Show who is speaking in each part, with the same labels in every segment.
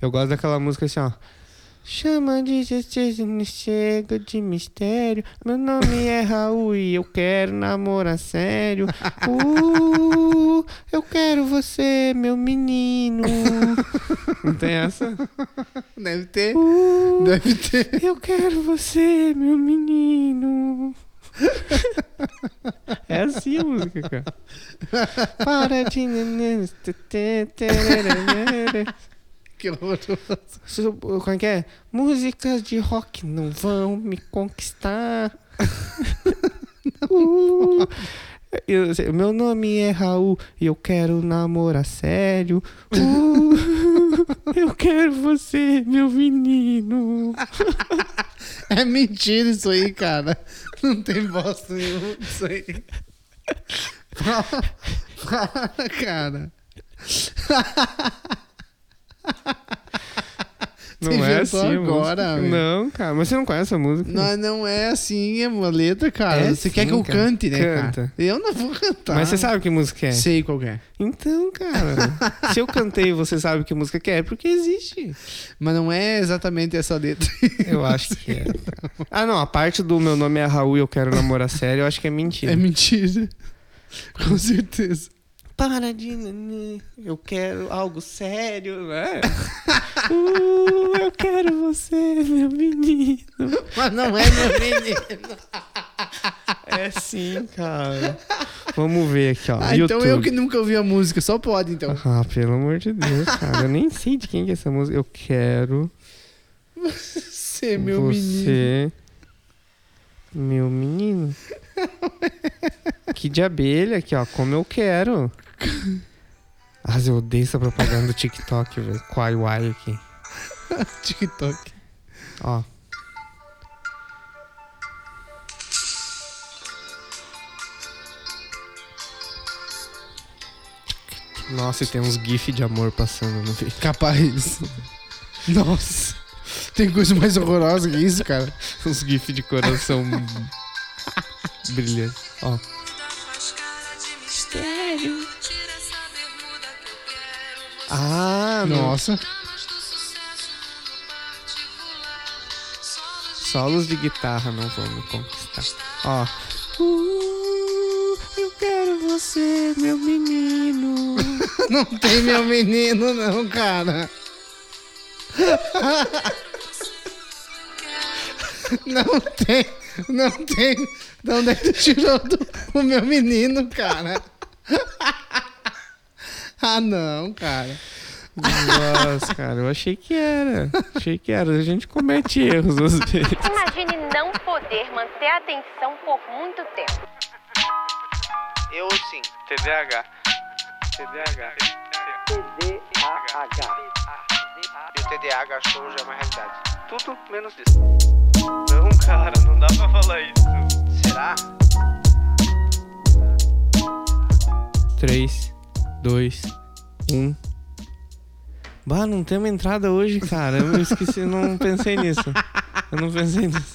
Speaker 1: Eu gosto daquela música assim, ó. Chama de Jesus, não chega de mistério. Meu nome é Raul e eu quero namorar sério. Uh, eu quero você, meu menino. Não tem essa?
Speaker 2: Deve ter.
Speaker 1: Uh,
Speaker 2: Deve ter.
Speaker 1: eu quero você, meu menino. É assim a música, cara. Para de.
Speaker 2: Que loucura.
Speaker 1: Su- Como é que é? Músicas de rock não vão me conquistar. Uh, eu sei, meu nome é Raul e eu quero namorar sério. Uh, eu quero você, meu menino.
Speaker 2: É mentira isso aí, cara. Não tem bosta nenhuma disso aí. Para, para, cara.
Speaker 1: Não é
Speaker 2: inventou
Speaker 1: assim a
Speaker 2: agora,
Speaker 1: música.
Speaker 2: velho.
Speaker 1: Não, cara, mas você não conhece a música?
Speaker 2: Não, não é assim, é uma letra, cara.
Speaker 1: É
Speaker 2: você quer
Speaker 1: sim,
Speaker 2: que eu
Speaker 1: cara.
Speaker 2: cante, né, cara?
Speaker 1: Canta.
Speaker 2: Eu não vou cantar.
Speaker 1: Mas você sabe que música é?
Speaker 2: Sei qual que é.
Speaker 1: Então, cara, se eu cantei, você sabe que música que é? Porque existe.
Speaker 2: Mas não é exatamente essa letra.
Speaker 1: Eu acho que é. Ah, não, a parte do meu nome é Raul e eu quero namorar sério, eu acho que é mentira.
Speaker 2: É mentira. Com certeza.
Speaker 1: Para de. nenê, Eu quero algo sério, né? uh, eu quero você, meu menino.
Speaker 2: Mas não é meu menino.
Speaker 1: É sim, cara. Vamos ver aqui, ó.
Speaker 2: Ah, então eu
Speaker 1: YouTube.
Speaker 2: que nunca ouvi a música, só pode então.
Speaker 1: Ah, pelo amor de Deus, cara. Eu nem sei de quem que é essa música. Eu quero.
Speaker 2: Você, é meu menino.
Speaker 1: Você, é meu menino. que de abelha aqui, ó. Como eu quero. Ah, eu odeio essa propaganda do TikTok, velho. Quai uai aqui.
Speaker 2: TikTok.
Speaker 1: Ó. Nossa, e tem uns GIF de amor passando no vídeo.
Speaker 2: Capaz. Nossa. Tem coisa mais horrorosa que isso, cara.
Speaker 1: Uns GIF de coração brilhante. Ó.
Speaker 2: É
Speaker 1: É. Ah, nossa.
Speaker 2: Nossa.
Speaker 1: Solos de guitarra não vão me conquistar. Ó. Uh, eu quero você, meu menino.
Speaker 2: Não tem meu menino, não, cara. Não tem, não tem. De onde é que tu tirou do- o meu menino, cara? Ah, não, cara.
Speaker 1: Nossa, cara, eu achei que era. Achei que era. A gente comete erros às vezes.
Speaker 3: Imagine não poder manter a atenção por muito tempo.
Speaker 4: Eu sim. TDAH. TDAH. TDAH. E o TDAH show já é uma realidade. Tudo menos isso. Não, cara, não dá pra falar isso. Será?
Speaker 1: 3, 2, 1. Bah, não tem uma entrada hoje, cara. Eu esqueci, não pensei nisso. Eu não pensei nisso.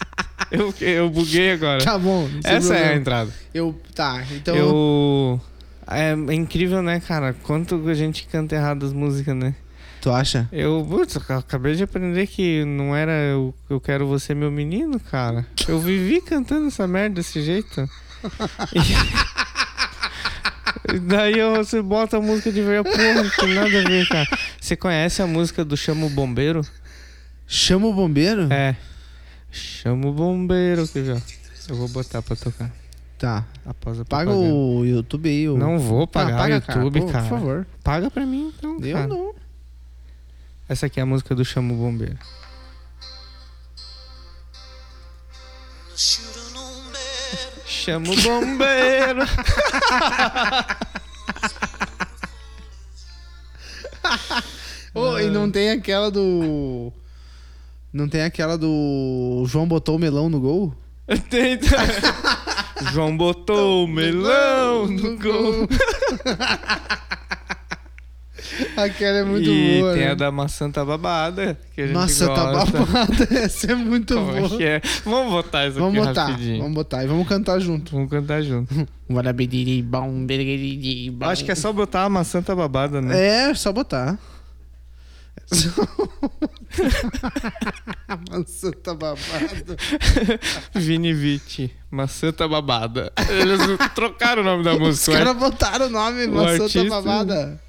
Speaker 1: Eu, eu buguei agora.
Speaker 2: Tá bom. não tem
Speaker 1: Essa é a
Speaker 2: problema.
Speaker 1: entrada.
Speaker 2: Eu. Tá, então.
Speaker 1: Eu. É, é incrível, né, cara? Quanto a gente canta errado as músicas, né?
Speaker 2: Tu acha?
Speaker 1: Eu, putz, ac- acabei de aprender que não era eu, eu quero você meu menino, cara. Eu vivi cantando essa merda desse jeito. E- Daí eu- você bota a música de ver, porra, não tem nada a ver, cara. Você conhece a música do Chama o Bombeiro?
Speaker 2: Chama o bombeiro?
Speaker 1: É. Chama o Bombeiro, que já. Eu vou botar pra tocar
Speaker 2: Tá.
Speaker 1: após a
Speaker 2: Paga
Speaker 1: propaganda.
Speaker 2: o YouTube aí. O...
Speaker 1: Não vou
Speaker 2: Tá,
Speaker 1: pagar o
Speaker 2: cara,
Speaker 1: YouTube,
Speaker 2: pô,
Speaker 1: cara.
Speaker 2: Por favor.
Speaker 1: Paga pra mim, então. cara.
Speaker 2: Eu não.
Speaker 1: Essa aqui é a música do Chama o Bombeiro. Chama o bombeiro.
Speaker 2: Ô, e não tem aquela do. Não tem aquela do. João botou o melão no gol?
Speaker 1: Tenta. João botou o melão no gol.
Speaker 2: Aquela é muito
Speaker 1: e
Speaker 2: boa.
Speaker 1: tem
Speaker 2: né?
Speaker 1: a da maçã tá babada. Que a gente
Speaker 2: Nossa, tá
Speaker 1: gosta.
Speaker 2: babada. Essa é muito
Speaker 1: Como é
Speaker 2: boa.
Speaker 1: que é? Vamos botar isso
Speaker 2: Vamos
Speaker 1: aqui é
Speaker 2: botar,
Speaker 1: rapidinho.
Speaker 2: vamos botar e vamos cantar junto.
Speaker 1: Vamos cantar junto. Acho que é só botar a maçã tá babada, né?
Speaker 2: É, só botar. Maçã tá babado.
Speaker 1: Vini Vitti, maçã tá babada. Eles trocaram o nome da
Speaker 2: Os
Speaker 1: música. né?
Speaker 2: caras botaram o nome, maçã
Speaker 1: artista-
Speaker 2: tá babada.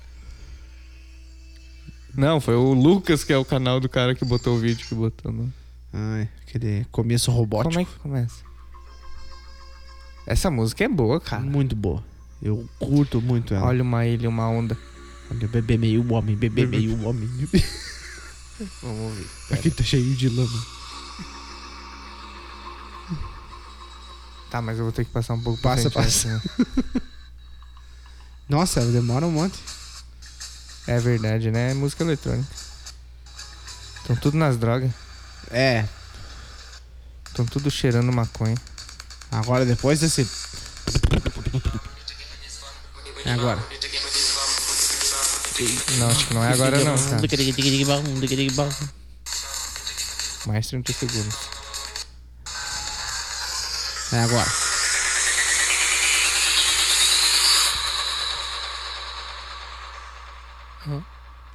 Speaker 1: Não, foi o Lucas que é o canal do cara que botou o vídeo que botou. né? Não.
Speaker 2: Ai, aquele começo robótico.
Speaker 1: Como é que começa? Essa música é boa, cara.
Speaker 2: Ah, Muito boa. Eu curto muito ela.
Speaker 1: Olha uma ilha, uma onda.
Speaker 2: Olha, bebê meio homem, bebê meio homem.
Speaker 1: Vamos ouvir.
Speaker 2: Aqui tá cheio de lama.
Speaker 1: Tá, mas eu vou ter que passar um pouco
Speaker 2: Passa,
Speaker 1: pra frente, né?
Speaker 2: Nossa, ela demora um monte.
Speaker 1: É verdade, né? É música eletrônica. Estão tudo nas drogas.
Speaker 2: É,
Speaker 1: Estão tudo cheirando maconha.
Speaker 2: agora depois desse. É agora.
Speaker 1: Não, acho que não é
Speaker 2: um
Speaker 1: agora não, cara. Mais 30 segundos.
Speaker 2: É agora.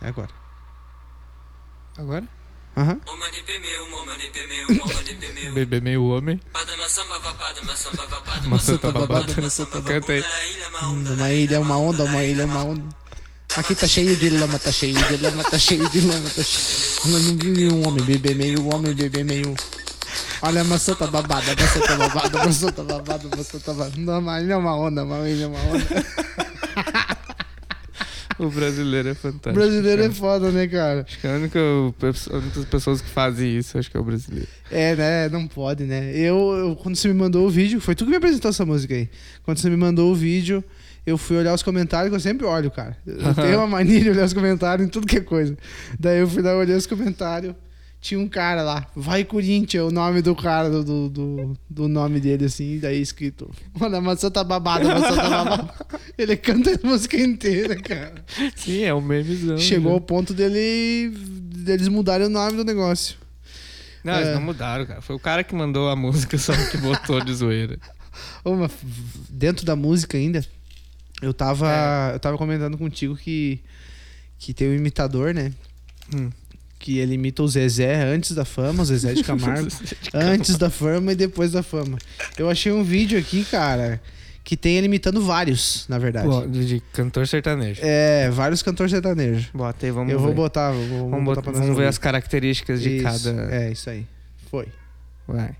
Speaker 2: É agora.
Speaker 1: Agora?
Speaker 2: Aham.
Speaker 1: Bebê meio homem. Maçã tá babada. Canta aí.
Speaker 2: Uma ilha, uma onda, uma ilha, uma onda. Aqui tá cheio de lama, tá cheio de lama, tá cheio de lama, tá cheio. Não vi um homem, bebê meio, homem, bebê meio. Olha, a maçã tá babada, a maçã tá babada, a maçã tá babada, a maçã tá babada. Uma ilha, uma onda, uma ilha, uma onda.
Speaker 1: O brasileiro é
Speaker 2: O
Speaker 1: fantástico.
Speaker 2: brasileiro é
Speaker 1: cara.
Speaker 2: foda, né, cara?
Speaker 1: Acho que a única, a única das pessoas que fazem isso, acho que é o brasileiro.
Speaker 2: É, né? Não pode, né? Eu, eu- quando você me mandou o vídeo, foi tu que me apresentou essa música aí. Quando você me mandou o vídeo, eu fui olhar os comentários, que eu sempre olho, cara. Eu tenho uma mania de olhar os comentários em tudo que é coisa. Daí eu fui lá, olhei os comentários. Tinha um cara lá, vai Corinthians, é o nome do cara, do, do, do, do nome dele, assim, daí escrito. Mano, a maçã tá babada, a maçã tá babada. Ele canta a música inteira, cara.
Speaker 1: Sim, é o memezão.
Speaker 2: Chegou ao ponto dele deles mudarem o nome do negócio.
Speaker 1: Não,
Speaker 2: É.
Speaker 1: eles não mudaram, cara. Foi o cara que mandou a música, só que botou de zoeira.
Speaker 2: Ô, mas f- f- dentro da música ainda, eu tava,
Speaker 1: É.
Speaker 2: eu tava comentando contigo que, que tem um imitador, né?
Speaker 1: Hum.
Speaker 2: Que ele imita o Zezé antes da fama, o Zezé de Camargo, antes da fama e depois da fama. Eu achei um vídeo aqui, cara, que tem ele imitando vários, na verdade.
Speaker 1: Bom, de de cantor sertanejo.
Speaker 2: É, vários cantores sertanejos.
Speaker 1: É. Bota aí, vamos
Speaker 2: eu
Speaker 1: ver.
Speaker 2: vou botar, vou, vou
Speaker 1: vamos botar-
Speaker 2: botar pra
Speaker 1: vamos ver
Speaker 2: ouvir.
Speaker 1: as características de
Speaker 2: Isso,
Speaker 1: cada.
Speaker 2: É, isso aí. Foi.
Speaker 1: Vai.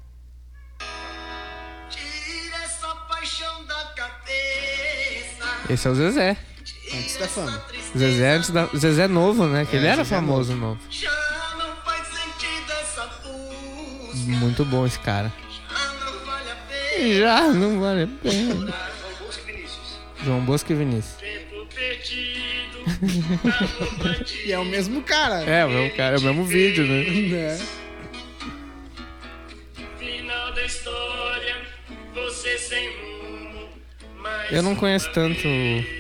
Speaker 5: Tira essa paixão da cabeça.
Speaker 1: Esse é o Zezé.
Speaker 2: Antes da fama.
Speaker 1: Zezé, antes da... Zezé novo, né? Que ele era
Speaker 2: Zezé
Speaker 1: famoso novo.
Speaker 5: Já não faz sentido essa busca.
Speaker 1: Muito bom esse cara.
Speaker 5: Já não vale a pena.
Speaker 1: E Já não vale a pena. João Bosco e Vinícius.
Speaker 5: Tempo perdido. amor bandido.
Speaker 2: E é o mesmo cara.
Speaker 1: É, o mesmo cara, é o mesmo vídeo, né?
Speaker 2: Né?
Speaker 5: Final da história. Você sem rumo. Mas
Speaker 1: Eu não conheço tanto.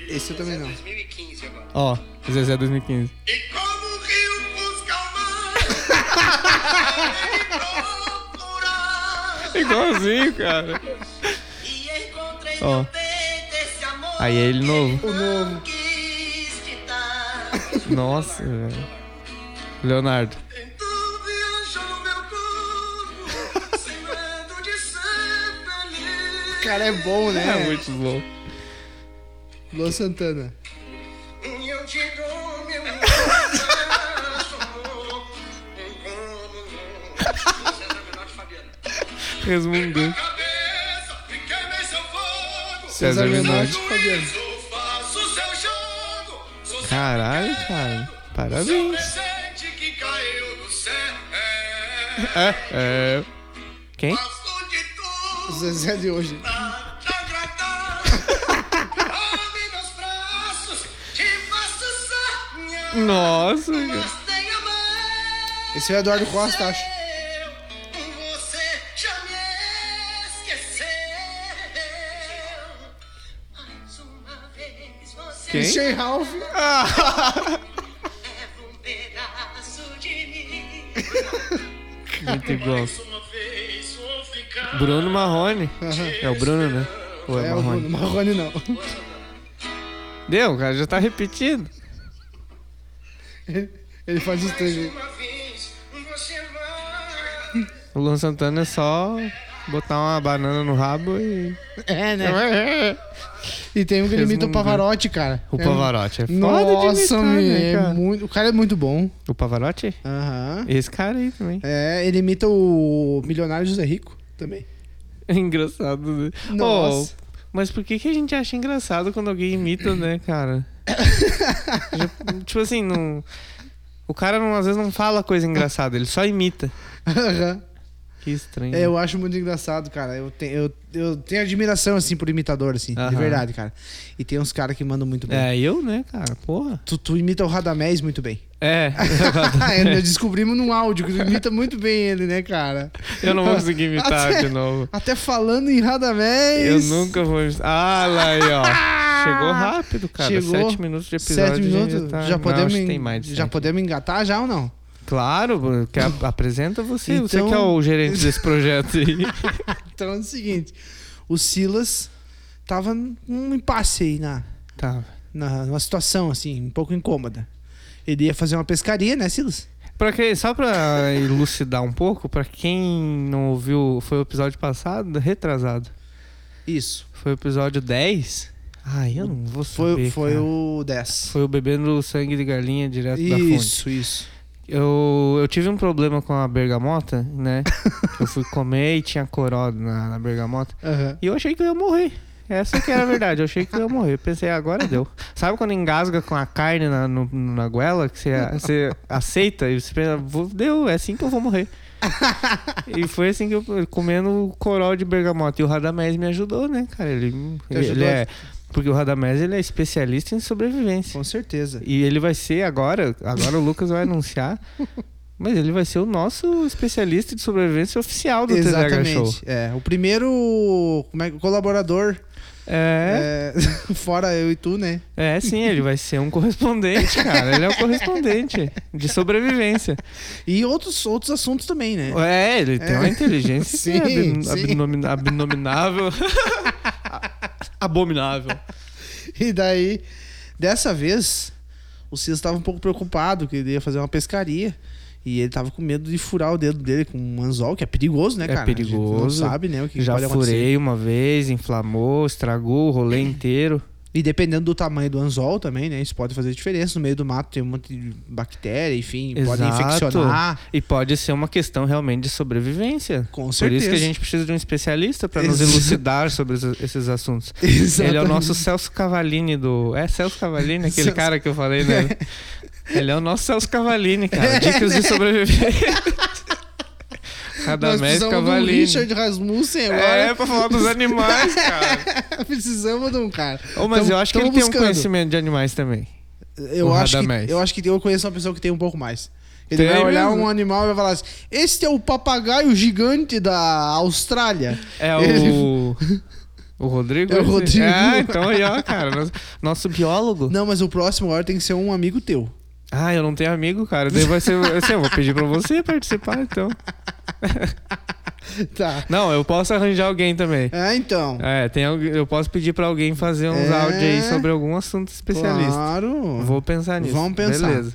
Speaker 2: Esse eu também não.
Speaker 5: 2015 agora.
Speaker 1: Ó, Zezé 2015.
Speaker 5: E como o rio busca o mar. ele procura.
Speaker 1: Igualzinho, cara.
Speaker 5: E encontrei
Speaker 1: Ó.
Speaker 5: no peito esse amor.
Speaker 1: Aí é ele novo.
Speaker 2: O novo.
Speaker 5: Quis te dar.
Speaker 1: Nossa, velho. Leonardo.
Speaker 5: Então viaja no meu corpo, sem medo de ser
Speaker 2: O
Speaker 5: feliz.
Speaker 2: cara é bom, né?
Speaker 1: É muito bom.
Speaker 2: Lô Santana.
Speaker 5: E eu te dou meu abraço, amor. um Enquanto
Speaker 1: Resmungando.
Speaker 5: cabeça, fiquei meio seu fogo.
Speaker 1: César é Menotti.
Speaker 2: Fabiano.
Speaker 5: Juízo, faço o seu jogo. Sou seu
Speaker 1: Caralho, cara. Parabéns.
Speaker 5: presente que caiu do céu.
Speaker 1: É, é. Quem?
Speaker 5: Faço de tudo.
Speaker 2: Zezé de hoje.
Speaker 5: Te agradar, abre meus braços, te faço sonhar,
Speaker 1: Nossa, cara.
Speaker 5: mas tenha mais.
Speaker 2: Esse é o Eduardo Costa, acho.
Speaker 5: Eu, Você já me esqueceu. Mais uma vez você
Speaker 1: Quem?
Speaker 2: Shane é Ralph.
Speaker 5: leva um pedaço de mim.
Speaker 1: Muito igual.
Speaker 5: Mais uma vez vou ficar.
Speaker 1: Bruno Marrone. É o Bruno, né? Ou é,
Speaker 2: É o
Speaker 1: Marrone?
Speaker 2: Bruno Marrone, não.
Speaker 1: Deu, cara, já tá repetindo.
Speaker 2: Ele Ele faz os três.
Speaker 5: Mais uma vez, você vai.
Speaker 1: O Luan Santana é só botar uma banana no rabo e.
Speaker 2: É, E tem um que imita o
Speaker 1: Resmunga.
Speaker 2: Pavarotti, cara.
Speaker 1: O
Speaker 2: É-
Speaker 1: Pavarotti é foda
Speaker 2: Nossa,
Speaker 1: de imitar,
Speaker 2: meu,
Speaker 1: né,
Speaker 2: é
Speaker 1: cara?
Speaker 2: muito- o cara é muito bom.
Speaker 1: O Pavarotti?
Speaker 2: Aham.
Speaker 1: Esse cara aí também.
Speaker 2: É, ele imita o milionário José Rico também.
Speaker 1: É engraçado, né?
Speaker 2: Nossa.
Speaker 1: Ô, mas por que, que a gente acha engraçado quando alguém imita, né, cara? Já- tipo assim, não. O cara não- às vezes não fala coisa engraçada, ele só imita.
Speaker 2: Aham.
Speaker 1: Que estranho.
Speaker 2: É, eu acho muito engraçado, cara. Eu, te- eu, eu tenho admiração, assim, por imitador, assim. De
Speaker 1: Aham.
Speaker 2: verdade, cara. E tem uns caras que mandam muito bem.
Speaker 1: É, eu, né, cara? Porra.
Speaker 2: Tu, tu imita o Radamés muito bem.
Speaker 1: É,
Speaker 2: Nós descobrimos num áudio que tu imita muito bem ele, né, cara?
Speaker 1: eu não vou conseguir imitar
Speaker 2: Até-
Speaker 1: de novo.
Speaker 2: Até falando em Radamés.
Speaker 1: Eu nunca vou. Ah, lá aí, ó. Chegou rápido, cara.
Speaker 2: Chegou.
Speaker 1: Sete minutos de episódio. a
Speaker 2: Sete
Speaker 1: gente
Speaker 2: minutos,
Speaker 1: Já,
Speaker 2: já,
Speaker 1: tá... Não,
Speaker 2: podemos,
Speaker 1: acho
Speaker 2: en-
Speaker 1: que tem mais de
Speaker 2: já
Speaker 1: sete.
Speaker 2: podemos engatar já ou não?
Speaker 1: Claro, que a- apresenta você. Você
Speaker 2: Então-
Speaker 1: que é o gerente desse projeto aí.
Speaker 2: Então é o seguinte, o Silas tava num impasse aí na,
Speaker 1: tá.
Speaker 2: na, numa situação assim, um pouco incômoda. Ele ia fazer uma pescaria, né, Silas?
Speaker 1: Pra quem, só pra elucidar um pouco, pra quem não ouviu, foi o episódio passado, retrasado.
Speaker 2: Isso.
Speaker 1: Foi o episódio 10? Ai, eu não vou
Speaker 2: Foi,
Speaker 1: saber.
Speaker 2: foi
Speaker 1: cara.
Speaker 2: o 10.
Speaker 1: Foi o bebendo sangue de galinha direto da fonte.
Speaker 2: Isso, isso.
Speaker 1: Eu, eu tive um problema com a bergamota, né? eu fui comer e tinha coroa na, na bergamota.
Speaker 2: Aham.
Speaker 1: E eu achei que eu ia morrer. Essa que era a verdade, eu achei que eu ia morrer. Pensei, agora deu. Sabe quando engasga com a carne na, no- na goela, que você, você aceita e você pensa, "Vou- deu, é assim que eu vou morrer. e foi assim que eu, comendo o coral de bergamota. E o Radamés me ajudou, né, cara? Ele,
Speaker 2: Te
Speaker 1: ele,
Speaker 2: ajudou?
Speaker 1: é. Porque o Radamés ele é especialista em sobrevivência.
Speaker 2: Com certeza.
Speaker 1: E ele vai ser agora, agora o Lucas vai anunciar, mas ele vai ser o nosso especialista de sobrevivência oficial do TDH Show.
Speaker 2: Exatamente. É, o primeiro como é, que- colaborador
Speaker 1: É,
Speaker 2: é, fora eu e tu, né?
Speaker 1: É, sim, ele vai ser um correspondente, cara. Ele é um correspondente de sobrevivência.
Speaker 2: E outros outros assuntos também, né?
Speaker 1: É, ele tem uma inteligência que é
Speaker 2: Sim,
Speaker 1: abno-
Speaker 2: sim.
Speaker 1: abnomin- abnominável. Abominável.
Speaker 2: E daí, dessa vez, o Silas estava um pouco preocupado, que ele ia fazer uma pescaria. E ele tava com medo de furar o dedo dele com um anzol, que é perigoso, né,
Speaker 1: É
Speaker 2: cara? A gente não
Speaker 1: perigoso.
Speaker 2: sabe, né, o que
Speaker 1: Já
Speaker 2: pode acontecer.
Speaker 1: furei uma vez, inflamou, estragou o rolê inteiro.
Speaker 2: E dependendo do tamanho do anzol também, né, isso pode fazer diferença. No meio do mato tem um monte de bactéria, enfim, pode
Speaker 1: Exato.
Speaker 2: infeccionar.
Speaker 1: E pode ser uma questão realmente de sobrevivência.
Speaker 2: Com
Speaker 1: Por
Speaker 2: certeza.
Speaker 1: isso que a gente precisa de um especialista para nos
Speaker 2: Exa-
Speaker 1: elucidar sobre esses- esses assuntos.
Speaker 2: Exatamente.
Speaker 1: Ele é o nosso Celso Cavalini do. É Celso Cavalini, aquele
Speaker 2: Celso-
Speaker 1: cara que eu falei, né? Ele é o nosso Celso Cavalini, cara. Dicas de sobreviver.
Speaker 2: Nós
Speaker 1: Radamés
Speaker 2: precisamos do
Speaker 1: Cavalini.
Speaker 2: Richard Rasmussen
Speaker 1: É,
Speaker 2: agora.
Speaker 1: pra falar dos animais, cara.
Speaker 2: precisamos de um cara.
Speaker 1: Ô, mas
Speaker 2: Tamo-
Speaker 1: eu acho que
Speaker 2: tamo
Speaker 1: ele tem um
Speaker 2: buscando.
Speaker 1: conhecimento de animais também.
Speaker 2: Eu
Speaker 1: O
Speaker 2: acho,
Speaker 1: Radamés.
Speaker 2: que, eu acho que eu conheço uma pessoa que tem um pouco mais. Ele
Speaker 1: Tem
Speaker 2: vai olhar
Speaker 1: mesmo?
Speaker 2: um animal e vai falar assim: Este é o papagaio gigante da Austrália.
Speaker 1: É
Speaker 2: Ele-
Speaker 1: o. O Rodrigo?
Speaker 2: É o Rodrigo.
Speaker 1: Ah, então aí, ó, cara. Nosso, nosso biólogo.
Speaker 2: Não, mas o próximo hora tem que ser um amigo teu.
Speaker 1: Ah, eu não tenho amigo, cara. Daí vai ser. assim, eu vou pedir pra você participar, então.
Speaker 2: Tá.
Speaker 1: Não, eu posso arranjar alguém também.
Speaker 2: Ah, então.
Speaker 1: É, tem, algu- eu posso pedir pra alguém fazer uns
Speaker 2: É.
Speaker 1: áudios aí sobre algum assunto especialista.
Speaker 2: Claro.
Speaker 1: Vou pensar nisso.
Speaker 2: Vamos pensar.
Speaker 1: Beleza.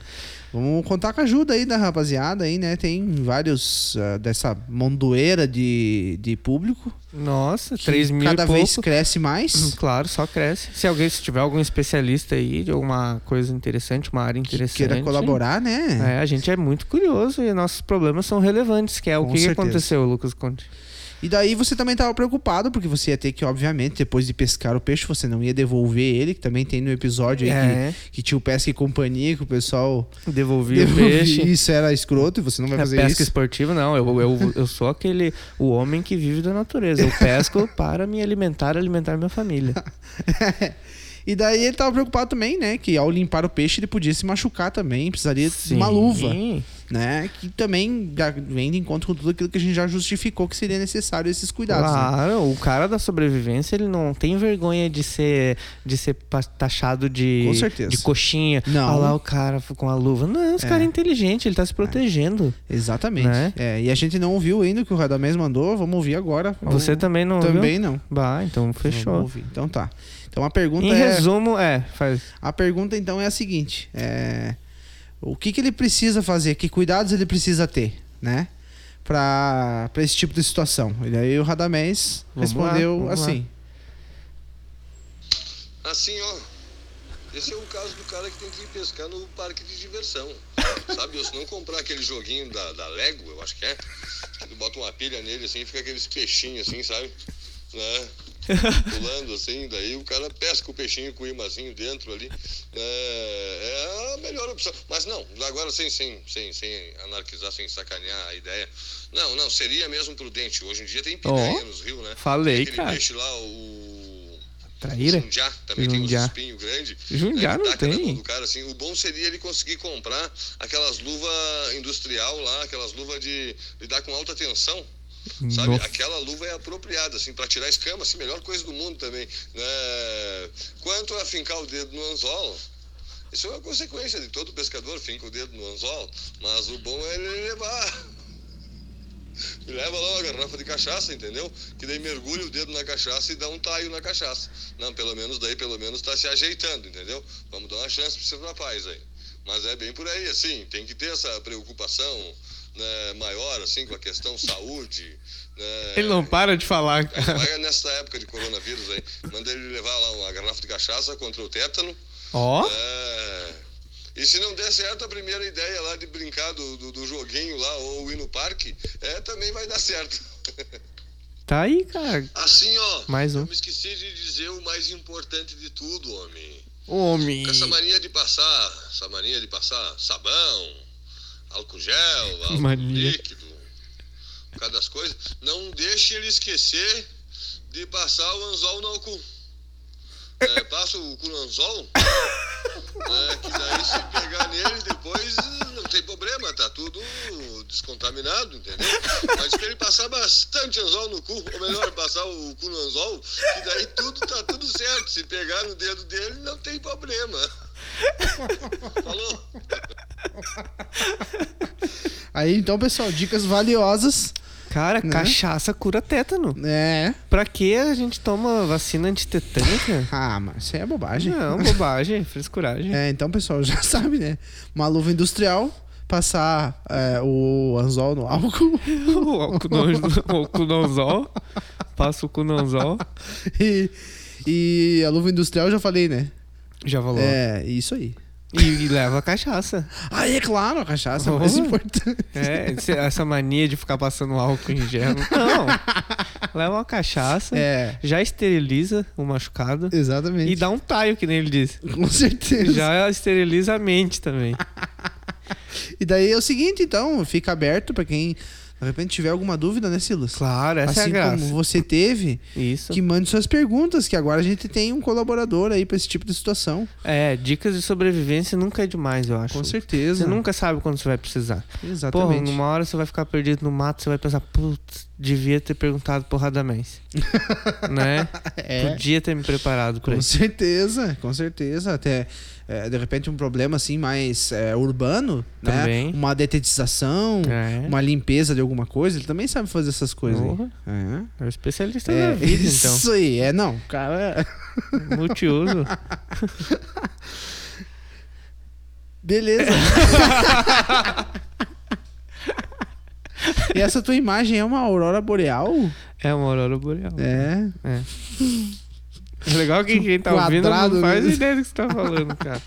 Speaker 2: Vamos contar com a ajuda aí da rapaziada aí, né? Tem vários ah, dessa mondoeira de, de público.
Speaker 1: Nossa,
Speaker 2: que
Speaker 1: 3 mil
Speaker 2: Cada
Speaker 1: e pouco. Hum,
Speaker 2: vez cresce mais.
Speaker 1: Claro, só cresce. Se alguém, se tiver algum especialista aí de alguma coisa interessante, uma área
Speaker 2: Que
Speaker 1: interessante.
Speaker 2: queira colaborar, né?
Speaker 1: É, a gente é muito curioso e nossos problemas são relevantes, que é o
Speaker 2: Com
Speaker 1: que, que
Speaker 2: certeza.
Speaker 1: aconteceu, Lucas Conte.
Speaker 2: E daí você também tava preocupado, porque você ia ter que, obviamente, depois de pescar o peixe, você não ia devolver ele, que também tem no episódio aí
Speaker 1: É.
Speaker 2: que, que tinha o Pesca e Companhia, que o pessoal...
Speaker 1: Devolvi o
Speaker 2: devolvia.
Speaker 1: peixe.
Speaker 2: Isso era escroto e você não vai
Speaker 1: É
Speaker 2: fazer
Speaker 1: pesca
Speaker 2: isso.
Speaker 1: esportiva, não. Eu, eu, eu sou aquele. O homem que vive da natureza. Eu pesco para me alimentar, alimentar minha família.
Speaker 2: E daí ele tava preocupado também, né? Que ao limpar o peixe ele podia se machucar também, precisaria de uma
Speaker 1: Sim.
Speaker 2: luva, né? Que também já vem de encontro com tudo aquilo que a gente já justificou que seria necessário esses cuidados. né?
Speaker 1: Claro, o cara da sobrevivência, ele não tem vergonha de ser, de ser pa- taxado de,
Speaker 2: Com certeza.
Speaker 1: de coxinha.
Speaker 2: Não.
Speaker 1: Olha lá o cara com a luva. Não, esse cara é inteligente, ele tá se protegendo.
Speaker 2: Exatamente.
Speaker 1: Né?
Speaker 2: É, e a gente não ouviu ainda o que o Radamés mandou, vamos ouvir agora.
Speaker 1: Você
Speaker 2: Vamos-
Speaker 1: também não
Speaker 2: É. também
Speaker 1: viu?
Speaker 2: não.
Speaker 1: Bah, então
Speaker 2: Vamos
Speaker 1: fechou.
Speaker 2: ouvir. Então tá. Então a pergunta
Speaker 1: Em
Speaker 2: é.
Speaker 1: resumo, é, faz.
Speaker 2: A pergunta então é a seguinte: é, o- o que, que ele precisa fazer, que cuidados ele precisa ter, né? Pra, pra esse tipo de situação. E aí o Radamés
Speaker 1: Vamos lá,
Speaker 2: respondeu
Speaker 1: vamos lá.
Speaker 2: assim.
Speaker 6: Assim, ó. Esse é o caso do cara que tem que ir pescar no parque de diversão. Sabe? Ou se não comprar aquele joguinho da, da Lego, eu acho que é. Que tu bota uma pilha nele assim e fica aqueles peixinhos assim, sabe? Né? Pulando assim, daí o cara pesca o peixinho com o imazinho dentro ali. né? É a melhor opção. Mas não, agora sem, sem, sem, sem anarquizar, sem sacanear a ideia. Não, não, seria mesmo prudente. Hoje em dia tem piranha
Speaker 1: Ó,
Speaker 6: nos rios, né?
Speaker 1: falei,
Speaker 6: Tem aquele
Speaker 1: cara.
Speaker 6: peixe lá, o.
Speaker 1: Traíra?
Speaker 6: Jundiá, também tem
Speaker 1: né? Jundiá.
Speaker 6: uns espinhos grandes.
Speaker 1: Jundiá
Speaker 6: né, que
Speaker 1: não
Speaker 6: taca na
Speaker 1: tem.
Speaker 6: mão do cara, assim. O bom seria ele conseguir comprar aquelas luvas industrial lá, aquelas luvas de lidar com alta tensão. Sabe,
Speaker 1: Nossa.
Speaker 6: aquela luva é apropriada, assim, para tirar escama, assim, melhor coisa do mundo também. né? Quanto a fincar o dedo no anzol, isso é uma consequência de todo pescador, finca o dedo no anzol, mas o bom é ele levar e leva lá uma garrafa de cachaça, entendeu? Que daí mergulha o dedo na cachaça e dá um taio na cachaça. Não, pelo menos daí, pelo menos tá se ajeitando, entendeu? Vamos dar uma chance pra esse rapaz aí. Mas é bem por aí, assim, tem que ter essa preocupação né, maior, assim, com a questão saúde. né?
Speaker 1: Ele não para de falar,
Speaker 6: Ainda
Speaker 1: cara.
Speaker 6: mais nessa época de coronavírus aí, manda ele levar lá uma garrafa de cachaça contra o tétano.
Speaker 1: Ó,
Speaker 6: É. E se não der certo a primeira ideia lá de brincar do, do, do joguinho lá ou ir no parque, é, também vai dar certo.
Speaker 1: tá aí, cara.
Speaker 6: Assim, ó.
Speaker 1: Mais um.
Speaker 6: Eu me esqueci de dizer o mais importante de tudo, homem.
Speaker 1: Homem.
Speaker 6: Com essa mania de passar, essa mania de passar sabão, álcool gel, álcool
Speaker 1: Mania.
Speaker 6: líquido, por causa das coisas, não deixe ele esquecer de passar o anzol no cu. É, passa o cu no anzol, né, que daí se pegar nele depois eh, não tem problema, tá tudo descontaminado, entendeu? Mas que ele passar bastante anzol no cu, ou melhor, passar o cu no anzol, que daí tudo tá tudo certo. Se pegar no dedo dele, não tem problema. Falou?
Speaker 2: Aí então, pessoal, dicas valiosas.
Speaker 1: Cara,
Speaker 2: Né?
Speaker 1: cachaça cura tétano.
Speaker 2: É.
Speaker 1: Pra que a gente toma vacina antitetânica?
Speaker 2: Ah, mas isso aí é bobagem.
Speaker 1: Não, bobagem, frescuragem.
Speaker 2: É, então, pessoal, já sabe, né? Uma luva industrial, passar é, o anzol no álcool
Speaker 1: O álcool no- o cunonzol. Passa o cunonzol.
Speaker 2: e, e a luva industrial, já falei, né?
Speaker 1: Já falou.
Speaker 2: É, isso aí.
Speaker 1: E, e leva a cachaça.
Speaker 2: Ah, é claro, a cachaça é o
Speaker 1: Oh.
Speaker 2: mais importante.
Speaker 1: É, esse- essa mania de ficar passando álcool em gel. Não. Leva uma cachaça.
Speaker 2: É,
Speaker 1: Já esteriliza o machucado.
Speaker 2: exatamente.
Speaker 1: E dá um taio, que nem ele disse.
Speaker 2: Com certeza.
Speaker 1: Já esteriliza a mente também.
Speaker 2: E daí é o seguinte, então, fica aberto pra quem de repente tiver alguma dúvida, né, Silas?
Speaker 1: Claro, essa
Speaker 2: assim
Speaker 1: é a graça.
Speaker 2: como você teve,
Speaker 1: Isso.
Speaker 2: que mande suas perguntas, que agora a gente tem um colaborador aí pra esse tipo de situação.
Speaker 1: É, dicas de sobrevivência nunca é demais, eu acho.
Speaker 2: Com certeza.
Speaker 1: Você nunca sabe quando você vai precisar. Porra,
Speaker 2: Exatamente.
Speaker 1: numa hora você vai ficar perdido no mato, você vai pensar, putz, devia ter perguntado pro Radamés. né? Podia ter me preparado pra
Speaker 2: É. Com
Speaker 1: isso.
Speaker 2: certeza, com certeza. Até, é, de repente, um problema assim mais é, urbano,
Speaker 1: Também.
Speaker 2: né? Uma detetização,
Speaker 1: É.
Speaker 2: uma limpeza de alguma coisa. Ele também sabe fazer essas coisas. aí.
Speaker 1: Porra,
Speaker 2: É.
Speaker 1: é um especialista
Speaker 2: É,
Speaker 1: da vida,
Speaker 2: isso aí, é não, cara.
Speaker 1: então. Multiuso.
Speaker 2: Beleza. e essa tua imagem é uma aurora boreal?
Speaker 1: É uma aurora boreal.
Speaker 2: É.
Speaker 1: É legal que quem tá ouvindo
Speaker 2: Quadrado,
Speaker 1: não faz
Speaker 2: né?
Speaker 1: ideia do que você tá falando, cara.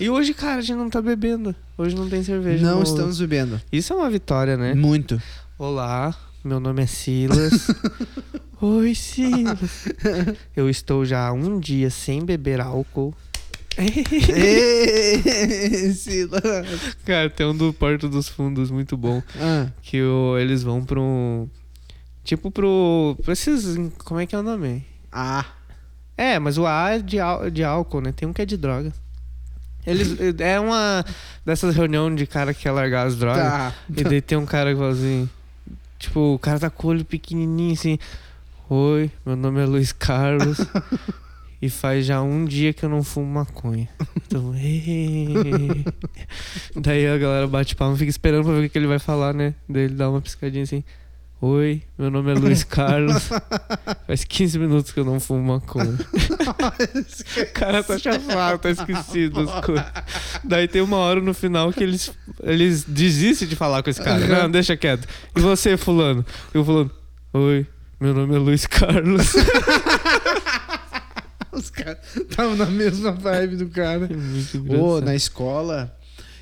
Speaker 1: E hoje, cara, a gente não tá bebendo. Hoje não tem cerveja.
Speaker 2: não
Speaker 1: no-
Speaker 2: estamos bebendo.
Speaker 1: Isso é uma vitória, né?
Speaker 2: Muito.
Speaker 1: Olá, meu nome é Silas. Oi, Silas. Eu estou já há um dia sem beber álcool.
Speaker 2: Ê, Silas.
Speaker 1: Cara, tem um do Porto dos Fundos muito bom.
Speaker 2: Ah,
Speaker 1: Que o- eles vão pra um. Tipo pro. Pra esses. Como é que é o nome?
Speaker 2: Ah,
Speaker 1: É, mas o A é de, ál- de álcool, né? Tem um que é de droga. Eles, é uma dessas reuniões de cara que quer largar as drogas.
Speaker 2: tá.
Speaker 1: E daí tem um cara que fala assim. Tipo, o cara tá com o olho pequenininho assim. Oi, meu nome é Luiz Carlos. e faz já um dia que eu não fumo maconha. Então, "Ei". Daí a galera bate palma e fica esperando pra ver o que que ele vai falar, né? Daí ele dá uma piscadinha assim. Oi, meu nome é Luiz Carlos. Faz 15 minutos que eu não fumo maconha. o cara tá chafado, tá esquecido das coisas. Daí tem uma hora no final que eles, eles desistem de falar com esse cara. Não, deixa quieto. E você, fulano? E o fulano, oi, meu nome é Luiz Carlos.
Speaker 2: Os caras estavam na mesma vibe do cara.
Speaker 1: É Muito
Speaker 2: Ô,
Speaker 1: engraçado.
Speaker 2: na escola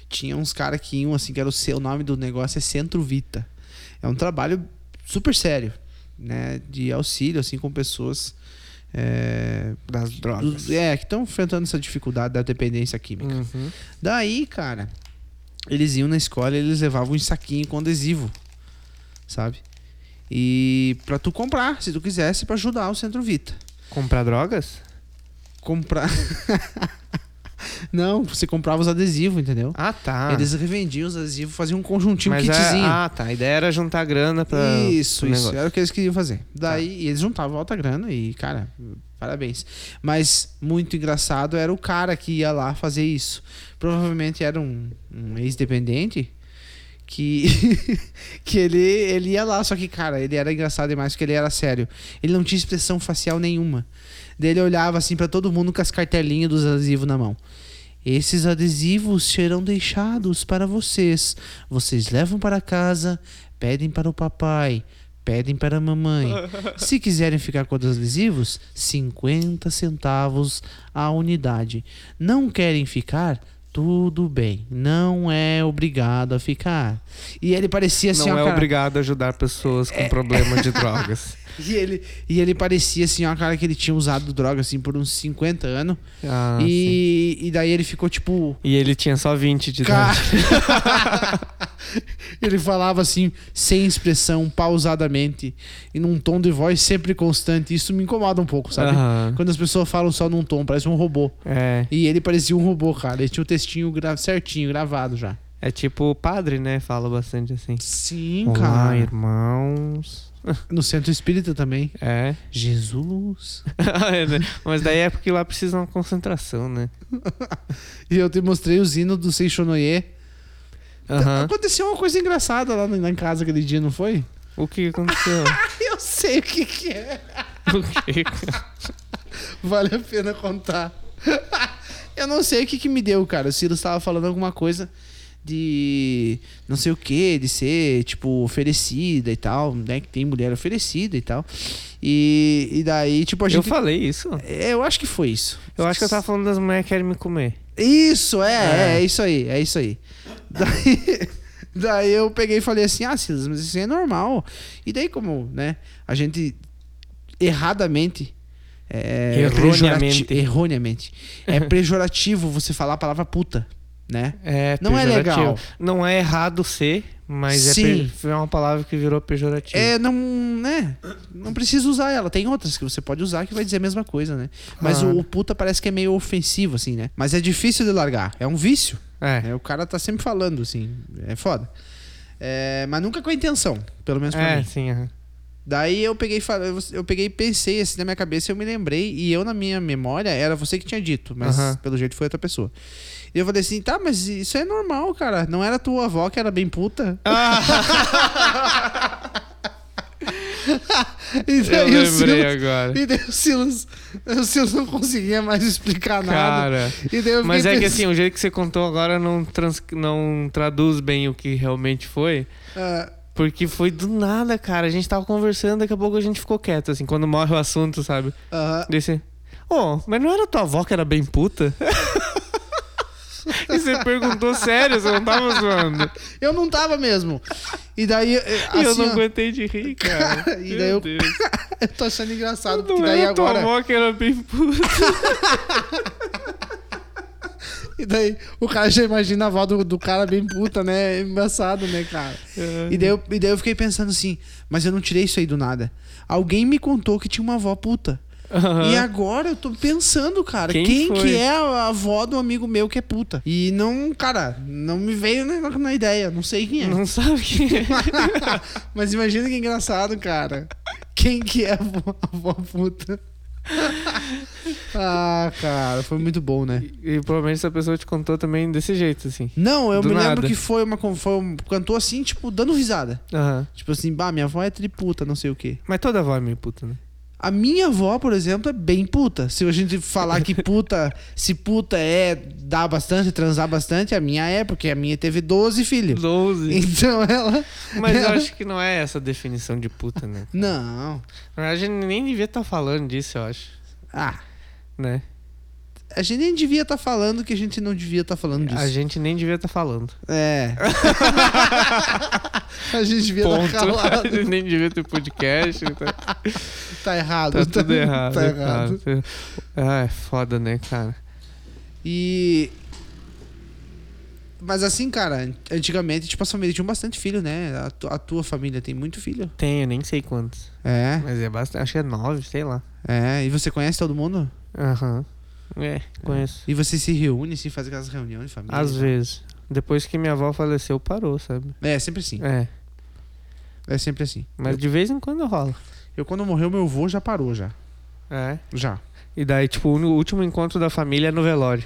Speaker 2: tinha uns caras que iam assim, que era o seu nome do negócio é Centro Vita. É um trabalho super sério, né? De auxílio, assim, com pessoas. É,
Speaker 1: das
Speaker 2: dos- é, que estão enfrentando essa dificuldade da dependência química.
Speaker 1: Uhum.
Speaker 2: Daí, cara, eles iam na escola e eles levavam um saquinho com adesivo, sabe? E pra tu comprar, se tu quisesse, pra ajudar o Centro Vita
Speaker 1: Comprar drogas?
Speaker 2: comprar. Não, você comprava os adesivos, entendeu?
Speaker 1: Ah, tá.
Speaker 2: Eles revendiam os adesivos, faziam um conjuntinho, um
Speaker 1: Mas é-
Speaker 2: kitzinho.
Speaker 1: ah, tá. A ideia era juntar grana pra.
Speaker 2: isso,
Speaker 1: pro
Speaker 2: isso.
Speaker 1: negócio. Tá.
Speaker 2: Era o que eles queriam fazer. Daí e eles juntavam alta grana e, cara, parabéns. Mas muito engraçado era o cara que ia lá fazer isso. Provavelmente era um, um ex-dependente que, que ele, ele ia lá, só que, cara, ele era engraçado demais porque ele era sério. Ele não tinha expressão facial nenhuma. Daí ele olhava assim pra todo mundo com as cartelinhas dos adesivos na mão. Esses adesivos serão deixados para vocês. Vocês levam para casa, pedem para o papai, pedem para a mamãe. Se quiserem ficar com os adesivos, 50 centavos a unidade. Não querem ficar? Tudo bem. Não é obrigado a ficar. E ele parecia assim,
Speaker 1: Não
Speaker 2: ó,
Speaker 1: é
Speaker 2: cara, É.
Speaker 1: obrigado a ajudar pessoas com problema de drogas.
Speaker 2: e ele, e ele parecia assim, ó, cara, que ele tinha usado droga assim por uns 50 anos.
Speaker 1: Ah, sim.
Speaker 2: e, e daí ele ficou tipo.
Speaker 1: E ele tinha só 20 de
Speaker 2: Cara.
Speaker 1: idade.
Speaker 2: ele falava assim, sem expressão, pausadamente, e num tom de voz sempre constante. Isso me incomoda um pouco, sabe?
Speaker 1: Aham.
Speaker 2: Quando as pessoas falam só num tom, parece um robô.
Speaker 1: É.
Speaker 2: E ele parecia um robô, cara. Ele tinha o textinho gra- certinho, gravado já.
Speaker 1: É tipo o padre, né? Fala bastante assim.
Speaker 2: Sim,
Speaker 1: Olá,
Speaker 2: cara.
Speaker 1: irmãos.
Speaker 2: No centro espírita também.
Speaker 1: É.
Speaker 2: Jesus.
Speaker 1: É, né? Mas daí é porque lá precisa uma concentração, né?
Speaker 2: E eu te mostrei os hinos do Seixonoye.
Speaker 1: Aham.
Speaker 2: Aconteceu uma coisa engraçada lá na- em casa aquele dia, não foi?
Speaker 1: O que aconteceu?
Speaker 2: Eu sei o que, que é.
Speaker 1: O que?
Speaker 2: Vale a pena contar. Eu não sei o que, que me deu, cara. O Ciro estava falando alguma coisa de não sei o que, de ser, tipo, oferecida e tal, né? Que tem mulher oferecida e tal. E, e daí, tipo, a
Speaker 1: Eu
Speaker 2: gente.
Speaker 1: falei isso.
Speaker 2: É, Eu acho que foi isso.
Speaker 1: Eu acho que eu tava falando das mulheres que querem me comer.
Speaker 2: Isso, é, é,
Speaker 1: É.
Speaker 2: é isso aí, é isso aí. Daí, daí eu peguei e falei assim, ah, Silas, mas isso aí é normal. E daí, como, né, a gente erradamente. É,
Speaker 1: Erroneamente.
Speaker 2: pejorati- erroneamente. É pejorativo você falar a palavra puta, né?
Speaker 1: É,
Speaker 2: Não é
Speaker 1: pejorativo.
Speaker 2: legal.
Speaker 1: Não é errado ser, mas é,
Speaker 2: Sim.
Speaker 1: pe- é uma palavra que virou pejorativa.
Speaker 2: É, não, né? Não precisa usar ela. Tem outras que você pode usar que vai dizer a mesma coisa, né? Mas
Speaker 1: Ah.
Speaker 2: o, o puta parece que é meio ofensivo, assim, né? Mas é difícil de largar. É um vício.
Speaker 1: É.
Speaker 2: É, o cara tá sempre falando, assim. É foda. É, mas nunca com a intenção, pelo menos pra
Speaker 1: É,
Speaker 2: mim.
Speaker 1: sim, aham.
Speaker 2: Daí eu peguei, e fal- eu- eu peguei e pensei assim na minha cabeça, eu me lembrei, e eu na minha memória era você que tinha dito, mas
Speaker 1: Aham.
Speaker 2: pelo jeito foi outra pessoa. E eu falei assim, tá, mas isso é normal, cara. Não era tua avó que era bem puta?
Speaker 1: Ah.
Speaker 2: e daí
Speaker 1: Eu
Speaker 2: o
Speaker 1: lembrei
Speaker 2: Silas-
Speaker 1: agora.
Speaker 2: E daí o Silas, o Silas não conseguia mais explicar nada.
Speaker 1: Cara.
Speaker 2: E daí eu
Speaker 1: Mas é
Speaker 2: fiquei
Speaker 1: que
Speaker 2: pensando-
Speaker 1: assim, o jeito que você contou agora não, trans, não traduz bem o que realmente foi.
Speaker 2: Ah,
Speaker 1: Porque foi do nada, cara. A gente tava conversando, daqui a pouco a gente ficou quieto, assim, quando morre o assunto, sabe?
Speaker 2: ah,
Speaker 1: Desse. Ô, mas não era tua avó que era bem puta? e você perguntou sério, você não tava zoando.
Speaker 2: eu não tava mesmo. E daí. eh,
Speaker 1: E eu
Speaker 2: assim,
Speaker 1: não
Speaker 2: ó,
Speaker 1: aguentei de rir, cara.
Speaker 2: Cara, e
Speaker 1: Meu
Speaker 2: daí eu-
Speaker 1: Deus.
Speaker 2: Eu tô achando engraçado.
Speaker 1: Não
Speaker 2: Porque daí
Speaker 1: era tua
Speaker 2: agora.
Speaker 1: avó que era bem puta.
Speaker 2: E daí o cara já imagina a avó do, do cara bem puta, né? É Embaçado, né, cara?
Speaker 1: É.
Speaker 2: E daí, eu, e daí eu fiquei pensando assim, mas eu não tirei isso aí do nada. Alguém me contou que tinha uma avó puta.
Speaker 1: Aham.
Speaker 2: E agora eu tô pensando, cara, quem,
Speaker 1: Quem
Speaker 2: que
Speaker 1: foi?
Speaker 2: é a avó do amigo meu que é puta? E não, cara, não me veio na, na ideia, não sei quem é.
Speaker 1: Não sabe quem é.
Speaker 2: Mas imagina que engraçado, cara. Quem que é a avó, a avó puta? Ah, cara, foi muito bom, né?
Speaker 1: E, e provavelmente essa pessoa te contou também desse jeito, assim.
Speaker 2: Não, eu
Speaker 1: Do
Speaker 2: me
Speaker 1: nada.
Speaker 2: lembro que foi uma. con- Foi um, cantou assim, tipo, dando risada.
Speaker 1: Aham.
Speaker 2: Tipo assim, bah, minha avó é triputa, não sei o quê.
Speaker 1: Mas toda avó é meio puta, né?
Speaker 2: A minha avó, por exemplo, é bem puta. Se a gente falar que puta, se puta é dar bastante, transar bastante, a minha é, porque a minha teve 12 filhos.
Speaker 1: 12.
Speaker 2: Então ela.
Speaker 1: Mas eu
Speaker 2: ela-
Speaker 1: acho que não é essa a definição de puta, né?
Speaker 2: Não.
Speaker 1: Na verdade, a gente nem devia estar falando disso, eu acho.
Speaker 2: Ah,
Speaker 1: Né?
Speaker 2: a gente nem devia estar falando que a gente não devia estar falando disso.
Speaker 1: A gente nem devia estar falando.
Speaker 2: É. a gente devia estar
Speaker 1: Ponto. A
Speaker 2: calado.
Speaker 1: gente nem devia ter podcast. Tá,
Speaker 2: Tá errado.
Speaker 1: tá tudo errado.
Speaker 2: Tá errado.
Speaker 1: cara. Ah, é foda, né, cara?
Speaker 2: E. Mas assim, cara, antigamente, tipo, as famílias tinham bastante filho, né? A, tu- a tua família tem muito filho.
Speaker 1: Tem, eu nem sei quantos.
Speaker 2: É,
Speaker 1: Mas é bastante. Acho que é nove, sei lá.
Speaker 2: é. E você conhece todo mundo?
Speaker 1: Aham. É, conheço.
Speaker 2: E você se reúne, assim, faz aquelas reuniões de família?
Speaker 1: Às vezes. Depois que minha avó faleceu, parou, sabe?
Speaker 2: É, sempre assim.
Speaker 1: É.
Speaker 2: É sempre assim.
Speaker 1: Mas de vez em quando rola.
Speaker 2: Eu, quando morreu, meu avô já parou, já.
Speaker 1: É.
Speaker 2: Já.
Speaker 1: E daí, tipo, o último encontro da família é no velório.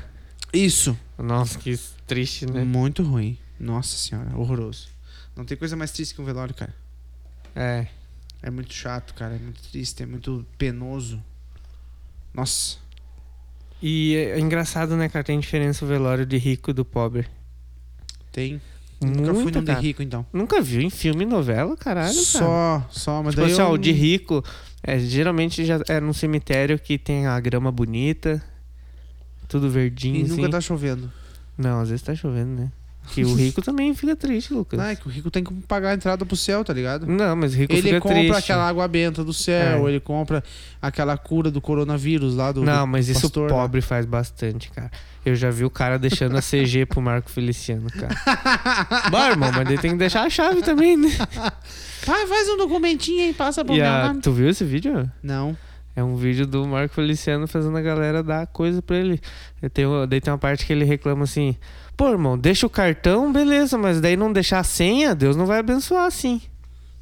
Speaker 2: Isso.
Speaker 1: Nossa, que triste, né?
Speaker 2: Muito ruim. Nossa senhora, horroroso. Não tem coisa mais triste que um velório, cara.
Speaker 1: É.
Speaker 2: É muito chato, cara. É muito triste, é muito penoso. Nossa.
Speaker 1: E é engraçado, né, cara? Tem diferença o velório de rico e do pobre.
Speaker 2: Tem. Nunca
Speaker 1: Nunca
Speaker 2: fui num
Speaker 1: Muita,
Speaker 2: de
Speaker 1: cara.
Speaker 2: rico, então.
Speaker 1: Nunca viu em filme e novela, caralho, cara?
Speaker 2: Só, só, mas
Speaker 1: Tipo
Speaker 2: daí
Speaker 1: assim, ó,
Speaker 2: eu-
Speaker 1: o de rico é, geralmente já é num cemitério que tem a grama bonita, tudo verdinho,
Speaker 2: E nunca
Speaker 1: assim.
Speaker 2: tá chovendo.
Speaker 1: Não, às vezes tá chovendo, né? Que o rico também fica triste, Lucas.
Speaker 2: Não, é que o rico tem que pagar a entrada pro céu, tá ligado?
Speaker 1: Não, mas o rico
Speaker 2: Ele
Speaker 1: fica
Speaker 2: compra
Speaker 1: triste.
Speaker 2: aquela água benta do céu,
Speaker 1: É.
Speaker 2: ele compra aquela cura do coronavírus lá do.
Speaker 1: Não,
Speaker 2: do
Speaker 1: mas isso
Speaker 2: pastor,
Speaker 1: o
Speaker 2: né?
Speaker 1: pobre faz bastante, cara. Eu já vi o cara deixando a CG pro Marco Feliciano, cara. Bah, irmão, mas ele tem que deixar a chave também, né?
Speaker 2: Ah, faz um documentinho aí, passa pro
Speaker 1: E
Speaker 2: meu
Speaker 1: a-
Speaker 2: nome.
Speaker 1: tu viu esse vídeo?
Speaker 2: Não.
Speaker 1: É um vídeo do Marco Feliciano fazendo a galera dar coisa pra ele. Eu tenho, daí tem uma parte que ele reclama assim: pô, irmão, deixa o cartão, beleza, mas daí não deixar a senha, Deus não vai abençoar assim.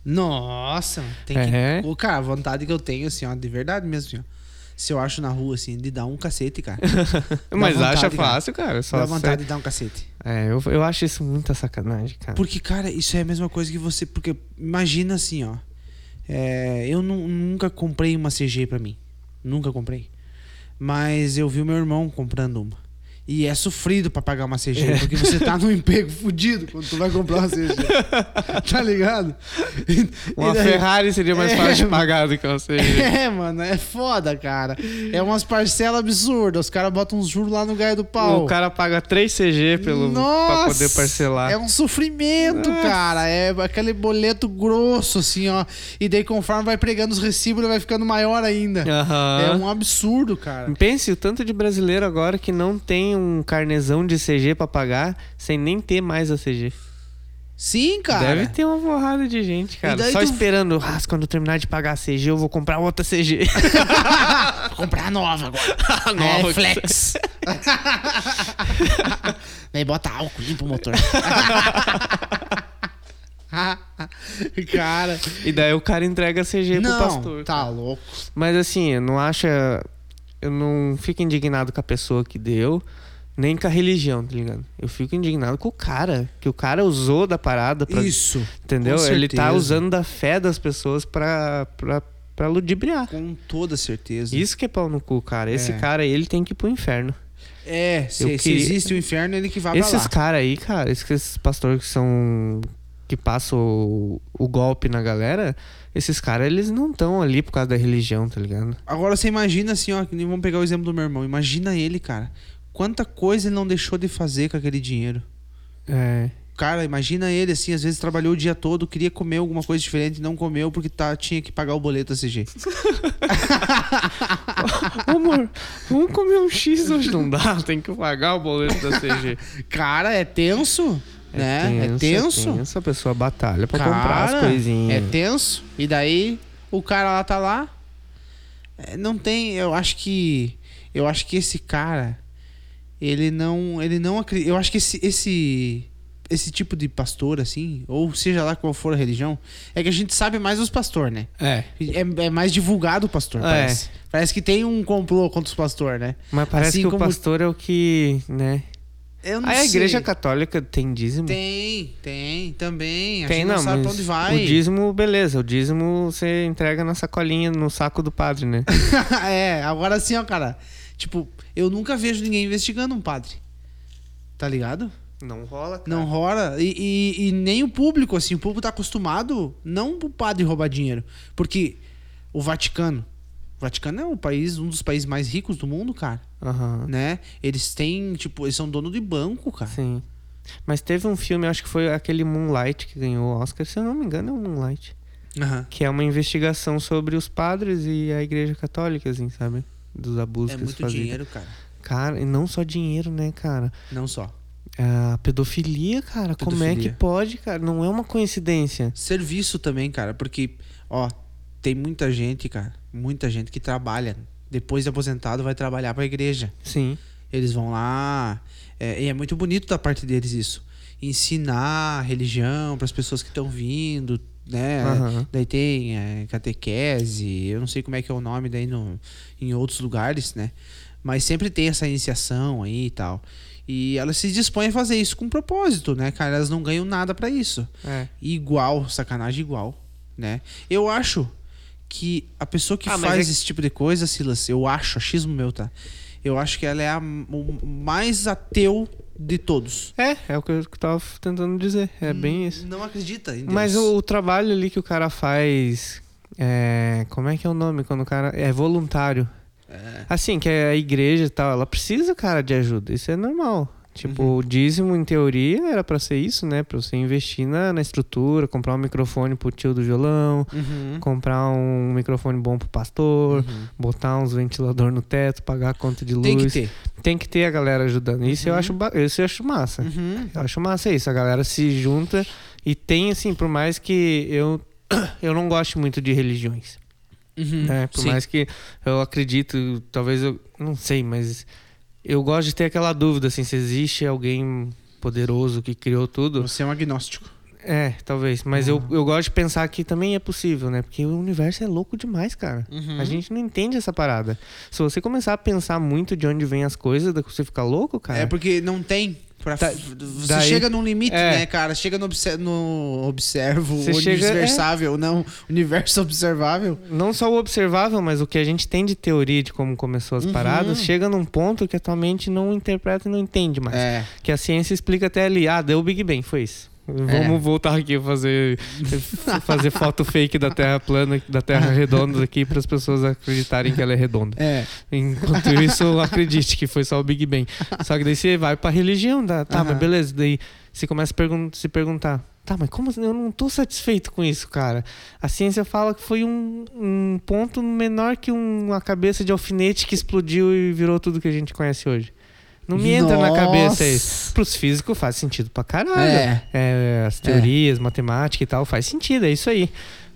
Speaker 2: Nossa, tem
Speaker 1: É.
Speaker 2: que. Ô, cara, a vontade que eu tenho, assim, ó, de verdade mesmo, assim, ó. Se eu acho na rua, assim, de dar um cacete, cara. Dá
Speaker 1: mas
Speaker 2: vontade,
Speaker 1: acha
Speaker 2: cara.
Speaker 1: fácil, cara. só
Speaker 2: Dá vontade de dar um cacete.
Speaker 1: É, eu, eu acho isso muita sacanagem, cara.
Speaker 2: Porque, cara, isso é a mesma coisa que você. Porque imagina assim, ó. É, eu nu- nunca comprei uma CG pra mim. Nunca comprei. Mas eu vi o meu irmão comprando uma. E é sofrido pra pagar uma CG,
Speaker 1: É.
Speaker 2: porque você tá num emprego fudido quando tu vai comprar uma CG. tá ligado? E-
Speaker 1: Uma
Speaker 2: e daí-
Speaker 1: Ferrari seria mais
Speaker 2: É,
Speaker 1: fácil de pagar do que uma CG.
Speaker 2: É, mano, é foda, cara. É umas parcelas absurdas. Os caras botam uns juros lá no gaio do pau.
Speaker 1: O cara paga 3 CG pelo, pra
Speaker 2: Nossa,
Speaker 1: poder parcelar.
Speaker 2: É um sofrimento, cara. É aquele boleto grosso, assim, ó. E daí, conforme vai pregando os recibos, ele vai ficando maior ainda.
Speaker 1: Aham.
Speaker 2: É um absurdo, cara.
Speaker 1: Pense o tanto de brasileiro agora que não tem um carnezão de CG pra pagar sem nem ter mais a CG.
Speaker 2: Sim, cara.
Speaker 1: Deve ter uma porrada de gente, cara.
Speaker 2: daí
Speaker 1: Só
Speaker 2: tu-
Speaker 1: esperando. Ah, quando eu terminar de pagar a CG, eu vou comprar outra CG.
Speaker 2: Vou comprar a nova agora.
Speaker 1: A nova.
Speaker 2: é, flex. daí bota álcool, limpa o motor. cara.
Speaker 1: E daí o cara entrega a CG
Speaker 2: Não,
Speaker 1: pro pastor.
Speaker 2: tá louco.
Speaker 1: Mas assim, eu não acha. Eu não fico indignado com a pessoa que deu, nem com a religião, tá ligado? Eu fico indignado com o cara, que o cara usou da parada pra.
Speaker 2: Isso.
Speaker 1: Entendeu?
Speaker 2: com
Speaker 1: Ele tá
Speaker 2: certeza.
Speaker 1: usando da fé das pessoas pra, pra, pra ludibriar.
Speaker 2: Com toda certeza.
Speaker 1: Isso que é pau no cu, cara. Esse
Speaker 2: É.
Speaker 1: cara aí, ele tem que ir pro inferno.
Speaker 2: É, se,
Speaker 1: Eu
Speaker 2: se
Speaker 1: queria-
Speaker 2: existe o inferno, ele que vai pra
Speaker 1: Esses
Speaker 2: lá.
Speaker 1: caras aí, cara, esses- esses pastores que são. que passam o, o golpe na galera, esses caras, eles não estão ali por causa da religião, tá ligado?
Speaker 2: Agora você imagina assim, ó, que nem- vamos pegar o exemplo do meu irmão. Imagina ele, cara. Quanta coisa ele não deixou de fazer com aquele dinheiro.
Speaker 1: É.
Speaker 2: Cara, imagina ele assim, às vezes trabalhou o dia todo, queria comer alguma coisa diferente, não comeu porque tá, tinha que pagar o boleto da CG.
Speaker 1: Ô, amor, vamos comer um X hoje? Não dá, tem que pagar o boleto da CG.
Speaker 2: Cara, é tenso, né?
Speaker 1: tenso,
Speaker 2: é tenso.
Speaker 1: É tenso, a pessoa batalha pra
Speaker 2: Cara,
Speaker 1: comprar as coisinhas.
Speaker 2: É tenso. E daí o cara lá tá lá. É, Não tem, eu acho que eu acho que esse cara ele não, ele não acredita. Eu acho que esse esse esse tipo de pastor, assim, ou seja lá qual for a religião, é que a gente sabe mais os pastores, né?
Speaker 1: É.
Speaker 2: É, é mais divulgado o pastor,
Speaker 1: É.
Speaker 2: parece. Parece que tem um complô contra os pastores, né?
Speaker 1: Mas parece
Speaker 2: Assim
Speaker 1: que o
Speaker 2: como-
Speaker 1: pastor é o que, né?
Speaker 2: Eu não
Speaker 1: Aí a
Speaker 2: sei.
Speaker 1: igreja católica tem dízimo?
Speaker 2: Tem, tem, também. A
Speaker 1: Tem,
Speaker 2: gente
Speaker 1: não,
Speaker 2: não, sabe pra
Speaker 1: mas
Speaker 2: onde vai.
Speaker 1: o dízimo, beleza. O dízimo você entrega na sacolinha, no saco do padre, né?
Speaker 2: é, agora sim, ó, cara. Tipo, eu nunca vejo ninguém investigando um padre. Tá ligado?
Speaker 1: Não rola, cara.
Speaker 2: Não rola. E, e- e nem o público, assim. O público tá acostumado não pro padre roubar dinheiro. Porque o Vaticano. O Vaticano é o país, um dos países mais ricos do mundo, cara.
Speaker 1: Aham,
Speaker 2: Né? Eles têm, tipo, eles são dono de banco, cara.
Speaker 1: sim. Mas teve um filme, acho que foi aquele Moonlight que ganhou o Oscar. Se eu não me engano, é o Moonlight.
Speaker 2: Aham.
Speaker 1: Que é uma investigação sobre os padres e a igreja católica, assim, sabe? Dos abusos
Speaker 2: É
Speaker 1: que eles
Speaker 2: muito
Speaker 1: faziam.
Speaker 2: dinheiro, cara.
Speaker 1: Cara, e não só dinheiro, né, cara? É,
Speaker 2: Não só.
Speaker 1: A pedofilia, cara, como é que
Speaker 2: Pedofilia.
Speaker 1: pode, cara? Não é uma coincidência.
Speaker 2: Serviço também, cara, porque, ó, tem muita gente, cara, muita gente que trabalha. Depois de aposentado, vai trabalhar pra igreja.
Speaker 1: Sim.
Speaker 2: Eles vão lá. é, e é muito bonito da parte deles isso. Ensinar a religião pras pessoas que estão vindo, né?
Speaker 1: Aham.
Speaker 2: Daí tem é, catequese, eu não sei como é que é o nome daí no, em outros lugares, né? Mas sempre tem essa iniciação aí e tal. E elas se dispõem a fazer isso com propósito, né, cara? Elas não ganham nada pra isso
Speaker 1: É.
Speaker 2: igual, sacanagem igual, né? Eu acho que a pessoa que
Speaker 1: Ah, mas é
Speaker 2: faz
Speaker 1: que-
Speaker 2: esse tipo de coisa, Silas, eu acho, achismo meu, tá? Eu acho que ela é a m- o mais ateu de todos.
Speaker 1: É, é o que eu tava tentando dizer. É bem isso.
Speaker 2: Não acredita em Hum. Deus.
Speaker 1: Mas o, o trabalho ali que o cara faz. É, como é que é o nome quando o cara. É voluntário.
Speaker 2: É.
Speaker 1: Assim, que a igreja e tal, ela precisa, cara, de ajuda. Isso é normal. Tipo,
Speaker 2: Uhum.
Speaker 1: o dízimo, em teoria, era pra ser isso, né? Pra você investir na, na estrutura, comprar um microfone pro tio do violão,
Speaker 2: Uhum.
Speaker 1: comprar um microfone bom pro pastor, botar uns ventilador no teto, pagar a conta de luz.
Speaker 2: Tem que ter.
Speaker 1: Tem que ter a galera ajudando. Isso, eu, acho, ba- isso eu acho massa.
Speaker 2: Uhum.
Speaker 1: Eu acho massa isso, a galera se junta e tem, assim, por mais que eu, eu não goste muito de religiões,
Speaker 2: Uhum.
Speaker 1: né? Por
Speaker 2: Sim.
Speaker 1: mais que eu acredito, talvez eu, não sei, mas eu gosto de ter aquela dúvida, assim, se existe alguém poderoso que criou tudo.
Speaker 2: Você é um agnóstico.
Speaker 1: É, talvez, mas
Speaker 2: Uhum.
Speaker 1: eu, eu gosto de pensar que também é possível, né? Porque o universo é louco demais, cara.
Speaker 2: Uhum.
Speaker 1: A gente não entende essa parada. Se você começar a pensar muito de onde vêm as coisas, você fica louco, cara.
Speaker 2: É porque não tem. Pra
Speaker 1: Tá-
Speaker 2: f- você
Speaker 1: daí-
Speaker 2: chega num limite,
Speaker 1: É.
Speaker 2: né, cara? Chega no, obse- no observo,
Speaker 1: Você chega- é.
Speaker 2: universável, não, universo observável.
Speaker 1: não só o observável, mas o que a gente tem de teoria de como começou as paradas, chega num ponto que a tua mente não interpreta e não entende mais.
Speaker 2: É.
Speaker 1: Que a ciência explica até ali, ah, deu o Big Bang, foi isso. Vamos voltar aqui a fazer fazer foto fake da Terra plana, da Terra redonda aqui para as pessoas acreditarem que ela é redonda.
Speaker 2: É.
Speaker 1: Enquanto isso, acredite que foi só o Big Bang. Só que daí você vai pra religião, tá, tá mas beleza. Daí você começa a pergun- se perguntar: tá, mas como assim? eu não tô satisfeito com isso, cara? A ciência fala que foi um, um ponto menor que um- uma cabeça de alfinete que explodiu e virou tudo que a gente conhece hoje. Não me entra na cabeça isso.
Speaker 2: Nossa.
Speaker 1: Pros físicos faz sentido pra caralho.
Speaker 2: É.
Speaker 1: É, as teorias, matemática e tal, faz sentido, é isso aí.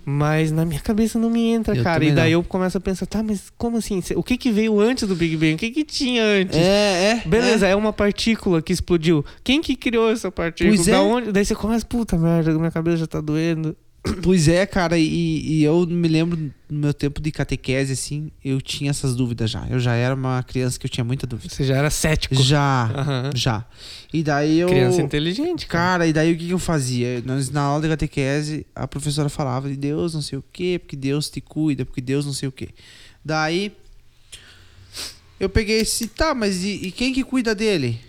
Speaker 1: Mas na minha cabeça não me entra,
Speaker 2: Eu
Speaker 1: cara. E
Speaker 2: também
Speaker 1: daí
Speaker 2: não.
Speaker 1: eu começo a pensar, tá, mas como assim? Cê- O que que veio antes do Big Bang? O que que tinha antes?
Speaker 2: É, é.
Speaker 1: Beleza, é. uma partícula que explodiu. Quem que criou essa partícula?
Speaker 2: Pois é.
Speaker 1: Da onde? Daí você começa, puta merda, minha cabeça já tá doendo.
Speaker 2: Pois é, cara, e, e eu me lembro no meu tempo de catequese, assim, eu tinha essas dúvidas já. Eu já era uma criança que eu tinha muita dúvida.
Speaker 1: Você já era cético.
Speaker 2: Já,
Speaker 1: Aham.
Speaker 2: já. E daí eu.
Speaker 1: Criança inteligente, cara.
Speaker 2: Cara, e daí o que, que eu fazia? Nós, na aula de catequese, a professora falava de Deus não sei o quê, porque Deus te cuida, porque Deus não sei o quê. Daí. Eu peguei esse, tá, mas e, e quem que cuida dele?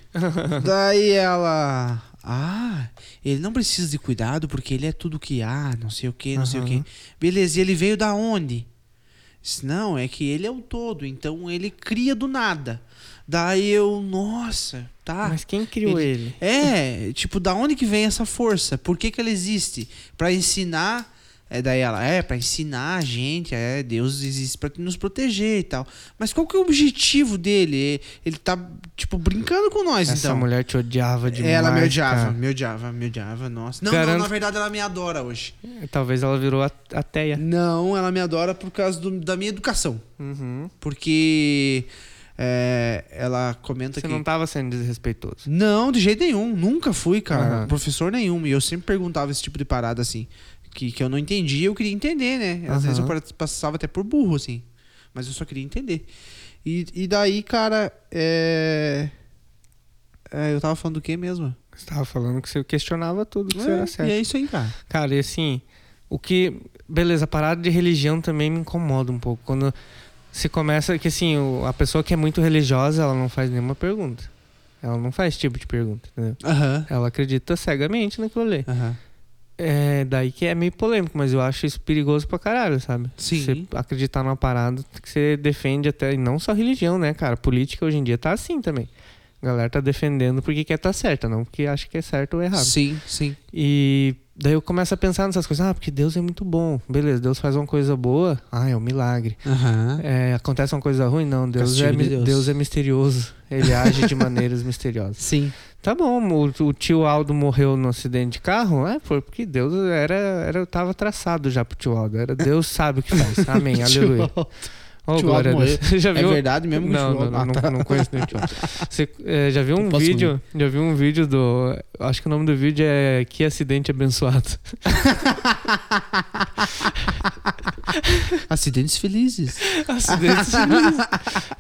Speaker 2: daí ela. Ah, ele não precisa de cuidado porque ele é tudo que há, não sei o quê, não sei o quê. Beleza, e ele veio da onde? Disse, Não, é que ele é o todo, então ele cria do nada. Daí eu, nossa, tá.
Speaker 1: Mas quem criou ele?
Speaker 2: É, tipo, da onde que vem essa força? Por que que ela existe? Pra ensinar, é daí ela, é, pra ensinar a gente, é, Deus existe pra nos proteger e tal. Mas qual que é o objetivo dele? Ele tá, tipo, brincando com nós,
Speaker 1: Essa
Speaker 2: então.
Speaker 1: mulher te odiava demais.
Speaker 2: ela me odiava,
Speaker 1: cara.
Speaker 2: me odiava, me odiava, nossa. Não,
Speaker 1: Garanto-
Speaker 2: não, na verdade ela me adora hoje.
Speaker 1: Talvez ela virou a- ateia.
Speaker 2: Não, ela me adora por causa do- da minha educação.
Speaker 1: Uhum.
Speaker 2: Porque é, ela comenta
Speaker 1: Você
Speaker 2: que.
Speaker 1: não tava sendo desrespeitoso.
Speaker 2: Não, de jeito nenhum. Nunca fui, cara.
Speaker 1: Aham.
Speaker 2: Professor nenhum. E eu sempre perguntava esse tipo de parada, assim. Que, que eu não entendia, eu queria entender, né? Às vezes eu
Speaker 1: Aham.
Speaker 2: par- passava até por burro, assim. Mas eu só queria entender. E, e daí, cara, é... é, Eu tava falando do que mesmo?
Speaker 1: Você tava falando que você questionava tudo que você
Speaker 2: É,
Speaker 1: era certo.
Speaker 2: e é isso aí, cara.
Speaker 1: Cara, e assim, o que. Beleza, a parada de religião também me incomoda um pouco. Quando se começa que assim, o- a pessoa que é muito religiosa, ela não faz nenhuma pergunta. Ela não faz esse tipo de pergunta, entendeu?
Speaker 2: Aham.
Speaker 1: Ela acredita cegamente naquilo ali.
Speaker 2: Aham.
Speaker 1: É, daí que é meio polêmico, mas eu acho isso perigoso pra caralho, sabe?
Speaker 2: Sim.
Speaker 1: Você acreditar numa parada que você defende até, e não só religião, né, cara? Política hoje em dia tá assim também. A galera tá defendendo porque quer tá certa, não porque acha que é certo ou errado.
Speaker 2: Sim, sim.
Speaker 1: E daí eu começo a pensar nessas coisas. Ah, porque Deus é muito bom. Beleza, Deus faz uma coisa boa. Ah, é um milagre.
Speaker 2: Aham.
Speaker 1: É, acontece uma coisa ruim? Não, Deus é,
Speaker 2: Castigo de
Speaker 1: mi-
Speaker 2: Deus.
Speaker 1: Deus. é misterioso. Ele age de maneiras misteriosas.
Speaker 2: Sim.
Speaker 1: Tá bom, o, o tio Aldo morreu no acidente de carro? É, foi porque Deus era, era, tava traçado já pro tio Aldo. Era Deus sabe o que faz. Amém, aleluia. Oh,
Speaker 2: Tio Aldo
Speaker 1: glória a Deus.
Speaker 2: morreu.
Speaker 1: já
Speaker 2: É
Speaker 1: viu?
Speaker 2: verdade mesmo que o
Speaker 1: não,
Speaker 2: tio Aldo-
Speaker 1: não,
Speaker 2: Ah,
Speaker 1: não,
Speaker 2: tá.
Speaker 1: não conheço nenhum tio Aldo. Você, eh, já viu
Speaker 2: Eu
Speaker 1: um
Speaker 2: posso
Speaker 1: vídeo? Já viu um vídeo do. Acho que o nome do vídeo é Que Acidente Abençoado.
Speaker 2: Ah, Acidentes felizes.
Speaker 1: Acidente felizes.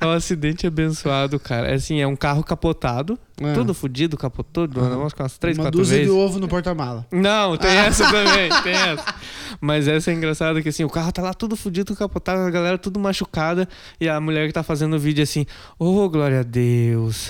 Speaker 1: É um acidente abençoado, cara. É assim, é um carro capotado,
Speaker 2: Ah.
Speaker 1: todo fudido, capotou, uhum. umas três,
Speaker 2: Uma
Speaker 1: quatro
Speaker 2: dúzia
Speaker 1: vezes.
Speaker 2: de ovo no porta-mala.
Speaker 1: Não, tem essa também, tem essa. Mas essa é engraçada que assim, o carro tá lá tudo fudido, capotado, a galera tudo machucada e a mulher que tá fazendo o vídeo assim: "Ô, glória a Deus.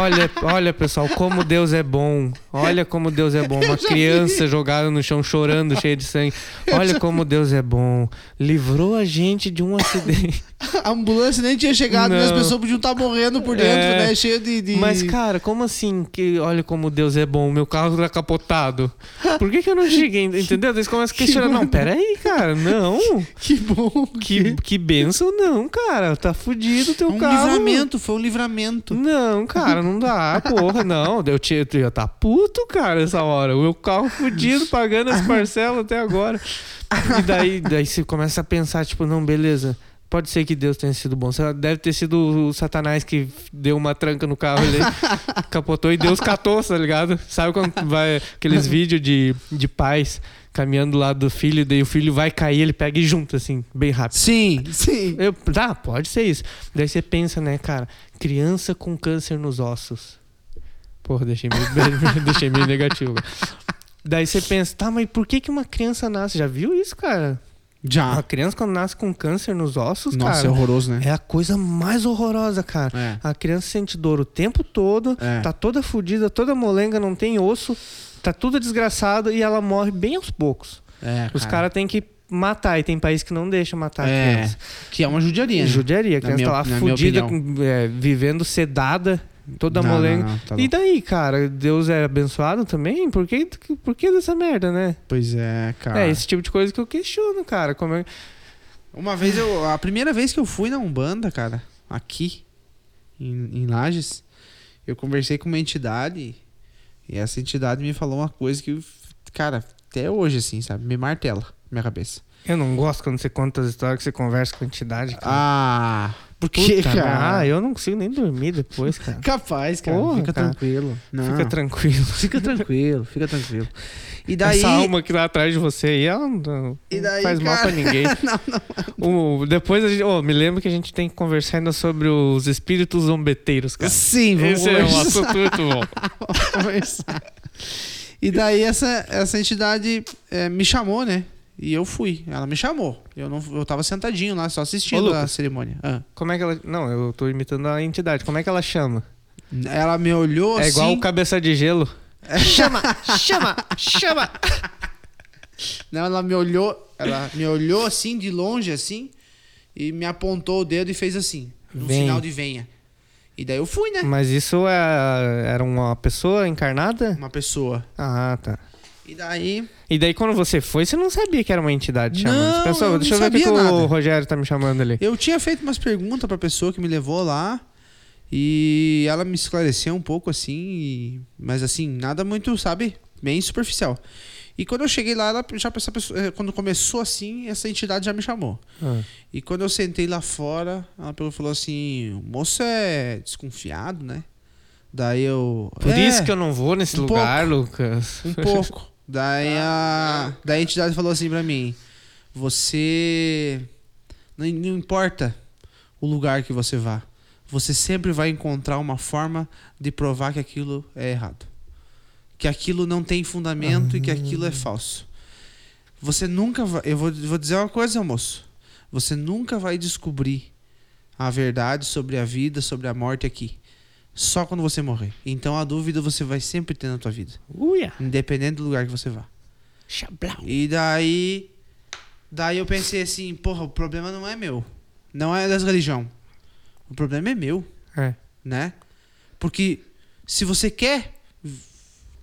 Speaker 1: Olha, olha, pessoal, como Deus é bom. Olha como Deus é bom. Uma criança jogada no chão chorando, cheia de sangue. Olha como Deus é bom. Livrou a gente de um acidente."
Speaker 2: A ambulância nem tinha chegado, né? as
Speaker 1: Não.
Speaker 2: pessoas podiam estar morrendo por dentro,
Speaker 1: É.
Speaker 2: né? Cheio de. de-
Speaker 1: Mas, cara, como assim que olha como Deus é bom, meu carro tá capotado? Por que, que eu não cheguei? Entendeu? Eles começam a questionar. Não, peraí, cara, não.
Speaker 2: que bom.
Speaker 1: Que, que benção, não, cara. Tá fudido o teu
Speaker 2: Um
Speaker 1: carro.
Speaker 2: livramento, foi um livramento.
Speaker 1: Não, cara, não dá, porra, não. Eu, te, eu ia tá puto, cara, essa hora. O meu carro fudido, pagando as parcelas até agora. E daí, daí você começa a pensar, tipo, não, beleza. Pode ser que Deus tenha sido bom. Sei lá, Deve ter sido o Satanás que deu uma tranca no carro ali, capotou e Deus catou, tá ligado? Sabe quando vai aqueles vídeos de, de pais caminhando do lado do filho, daí o filho vai cair, ele pega e junta, assim, bem rápido.
Speaker 2: Sim, sim.
Speaker 1: Eu, tá, pode ser isso. Daí você pensa, né, cara? Criança com câncer nos ossos. Porra, deixei meio, deixei meio negativo. Daí você pensa, tá, mas por que, que uma criança nasce? Já viu isso, cara? Uma
Speaker 2: Já.
Speaker 1: criança quando nasce com câncer nos ossos,
Speaker 2: Ah. Nossa, é
Speaker 1: Ah, cara.
Speaker 2: horroroso, né?
Speaker 1: É a coisa mais horrorosa, cara.
Speaker 2: É.
Speaker 1: A criança sente dor o tempo todo,
Speaker 2: É.
Speaker 1: tá toda fodida, toda molenga, não tem osso, tá tudo desgraçado e ela morre bem aos poucos.
Speaker 2: É,
Speaker 1: Os tá caras têm que matar, e tem país que não deixa matar a
Speaker 2: É.
Speaker 1: criança.
Speaker 2: Que é uma judiaria, né?
Speaker 1: Judiaria, a
Speaker 2: Na
Speaker 1: criança
Speaker 2: minha-
Speaker 1: tá lá
Speaker 2: na minha
Speaker 1: fudida,
Speaker 2: opinião.
Speaker 1: com- é, vivendo sedada, toda
Speaker 2: Não,
Speaker 1: molenga.
Speaker 2: não, não, tá
Speaker 1: e
Speaker 2: louco.
Speaker 1: daí, cara, Deus é abençoado também? Por que, por que dessa merda, né?
Speaker 2: Pois é, cara.
Speaker 1: É esse tipo de coisa que eu questiono, cara. Como é...
Speaker 2: Uma vez eu. A primeira vez que eu fui na Umbanda, cara, aqui, em, em Lages, eu conversei com uma entidade e essa entidade me falou uma coisa que, cara, até hoje, assim, sabe? Me martela minha cabeça.
Speaker 1: Eu não gosto quando você conta as histórias que você conversa com a entidade. Cara.
Speaker 2: Ah, por que,
Speaker 1: Puta,
Speaker 2: cara?
Speaker 1: Ah, eu não consigo nem dormir depois, cara.
Speaker 2: Capaz, cara.
Speaker 1: Porra,
Speaker 2: fica
Speaker 1: cara.
Speaker 2: tranquilo. Não.
Speaker 1: Fica tranquilo.
Speaker 2: Fica tranquilo, fica tranquilo. E daí.
Speaker 1: Essa alma que tá atrás de você aí, ela não- não
Speaker 2: E daí,
Speaker 1: faz mal
Speaker 2: cara?
Speaker 1: pra ninguém.
Speaker 2: Não, não.
Speaker 1: O- depois a gente. Ô, me lembro que a gente tem que conversar ainda sobre os espíritos zombeteiros, cara.
Speaker 2: Sim, vamos
Speaker 1: Esse é um
Speaker 2: conversar.
Speaker 1: assunto muito bom.
Speaker 2: Vamos conversar. E daí essa, essa entidade eh, me chamou, né? E eu fui. Ela me chamou. Eu, não, eu tava sentadinho lá, só
Speaker 1: Ô,
Speaker 2: assistindo
Speaker 1: Lucas.
Speaker 2: a cerimônia. Ah.
Speaker 1: Como é que ela. Não, eu tô imitando a entidade. Como é que ela chama?
Speaker 2: Ela me olhou
Speaker 1: é
Speaker 2: assim.
Speaker 1: igual o cabeça de gelo.
Speaker 2: Chama, chama, chama. Não, né? ela me olhou, ela me olhou assim de longe assim e me apontou o dedo e fez assim, um
Speaker 1: Vem.
Speaker 2: sinal de venha. E daí eu fui, né?
Speaker 1: Mas isso é, era uma pessoa encarnada?
Speaker 2: Uma pessoa.
Speaker 1: Ah, tá.
Speaker 2: E daí,
Speaker 1: E daí quando você foi, você não sabia que era uma entidade
Speaker 2: Não,
Speaker 1: chamando. Você pensou,
Speaker 2: eu não
Speaker 1: deixa eu ver o que,
Speaker 2: sabia
Speaker 1: que o
Speaker 2: nada.
Speaker 1: Rogério tá me chamando ali.
Speaker 2: eu tinha feito umas perguntas pra pessoa que me levou lá e ela me esclareceu um pouco assim, e- mas assim, nada muito, sabe? Bem superficial. E quando eu cheguei lá, ela já essa pessoa, eh, quando começou assim, essa entidade já me chamou.
Speaker 1: Ah.
Speaker 2: E quando eu sentei lá fora, ela pegou e falou assim: o moço é desconfiado, né? Daí eu.
Speaker 1: Por
Speaker 2: "É,
Speaker 1: isso que eu não vou nesse
Speaker 2: um
Speaker 1: lugar, Lucas.
Speaker 2: Um pouco. Daí a. Daí a entidade falou assim pra mim: Você. Não, não importa o lugar que você vá. Você sempre vai encontrar uma forma de provar que aquilo é errado. Que aquilo não tem fundamento e que aquilo é falso. Você nunca vai. Eu vou, vou dizer uma coisa, moço. Você nunca vai descobrir a verdade sobre a vida, sobre a morte aqui. Só quando você morrer. Então a dúvida você vai sempre ter na tua vida.
Speaker 1: Uia.
Speaker 2: Independente do lugar que você vá.
Speaker 1: Xablau.
Speaker 2: E daí. Daí eu pensei assim, porra, o problema não é meu. Não é das religião. O problema é meu,
Speaker 1: É.
Speaker 2: né? Porque se você quer v-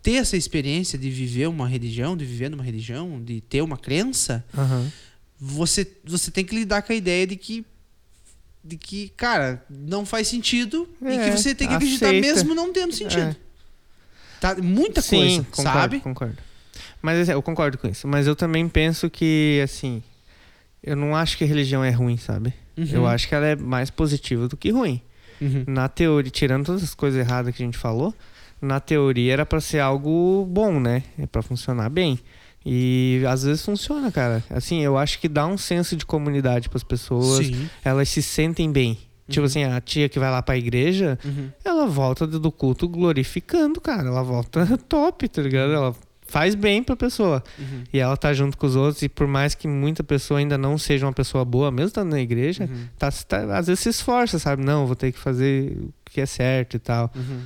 Speaker 2: ter essa experiência de viver uma religião, de viver numa religião, de ter uma crença,
Speaker 1: Aham.
Speaker 2: você, você tem que lidar com a ideia de que de que, cara, não faz sentido e
Speaker 1: É,
Speaker 2: que você tem que acreditar
Speaker 1: aceita.
Speaker 2: mesmo não tendo sentido.
Speaker 1: É.
Speaker 2: Tá, muita
Speaker 1: Sim,
Speaker 2: coisa,
Speaker 1: concordo,
Speaker 2: sabe?
Speaker 1: concordo. Mas assim, eu concordo com isso. Mas eu também penso que, assim, eu não acho que religião é ruim, sabe?
Speaker 2: Uhum.
Speaker 1: Eu acho que ela é mais positiva do que ruim.
Speaker 2: Uhum.
Speaker 1: Na teoria, tirando todas as coisas erradas que a gente falou, na teoria era pra ser algo bom, né? É pra funcionar bem. E às vezes funciona, cara. Assim, eu acho que dá um senso de comunidade pras pessoas.
Speaker 2: Sim.
Speaker 1: Elas se sentem bem. Tipo assim, a tia que vai lá pra igreja,
Speaker 2: Uhum.
Speaker 1: ela volta do do culto glorificando, cara. Ela volta top, tá ligado? Ela faz bem pra pessoa.
Speaker 2: Uhum.
Speaker 1: E ela tá junto com os outros. E por mais que muita pessoa ainda não seja uma pessoa boa, mesmo estando na igreja,
Speaker 2: Uhum.
Speaker 1: tá, tá- às vezes se esforça, sabe? Não, vou ter que fazer o que é certo e tal.
Speaker 2: Uhum.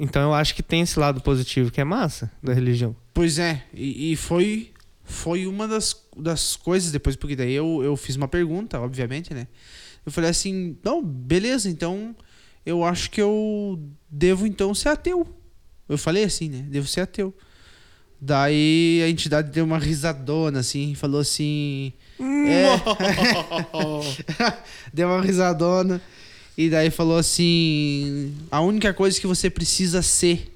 Speaker 1: Então eu acho que tem esse lado positivo que é massa da religião.
Speaker 2: Pois é, e, e foi foi uma das, das coisas depois, porque daí eu, eu fiz uma pergunta, obviamente, né? Eu falei assim, não, beleza, então eu acho que eu devo então ser ateu. Eu falei assim, né? Devo ser ateu. Daí a entidade deu uma risadona, assim, e falou assim. é. deu uma risadona. E daí falou assim: a única coisa que você precisa ser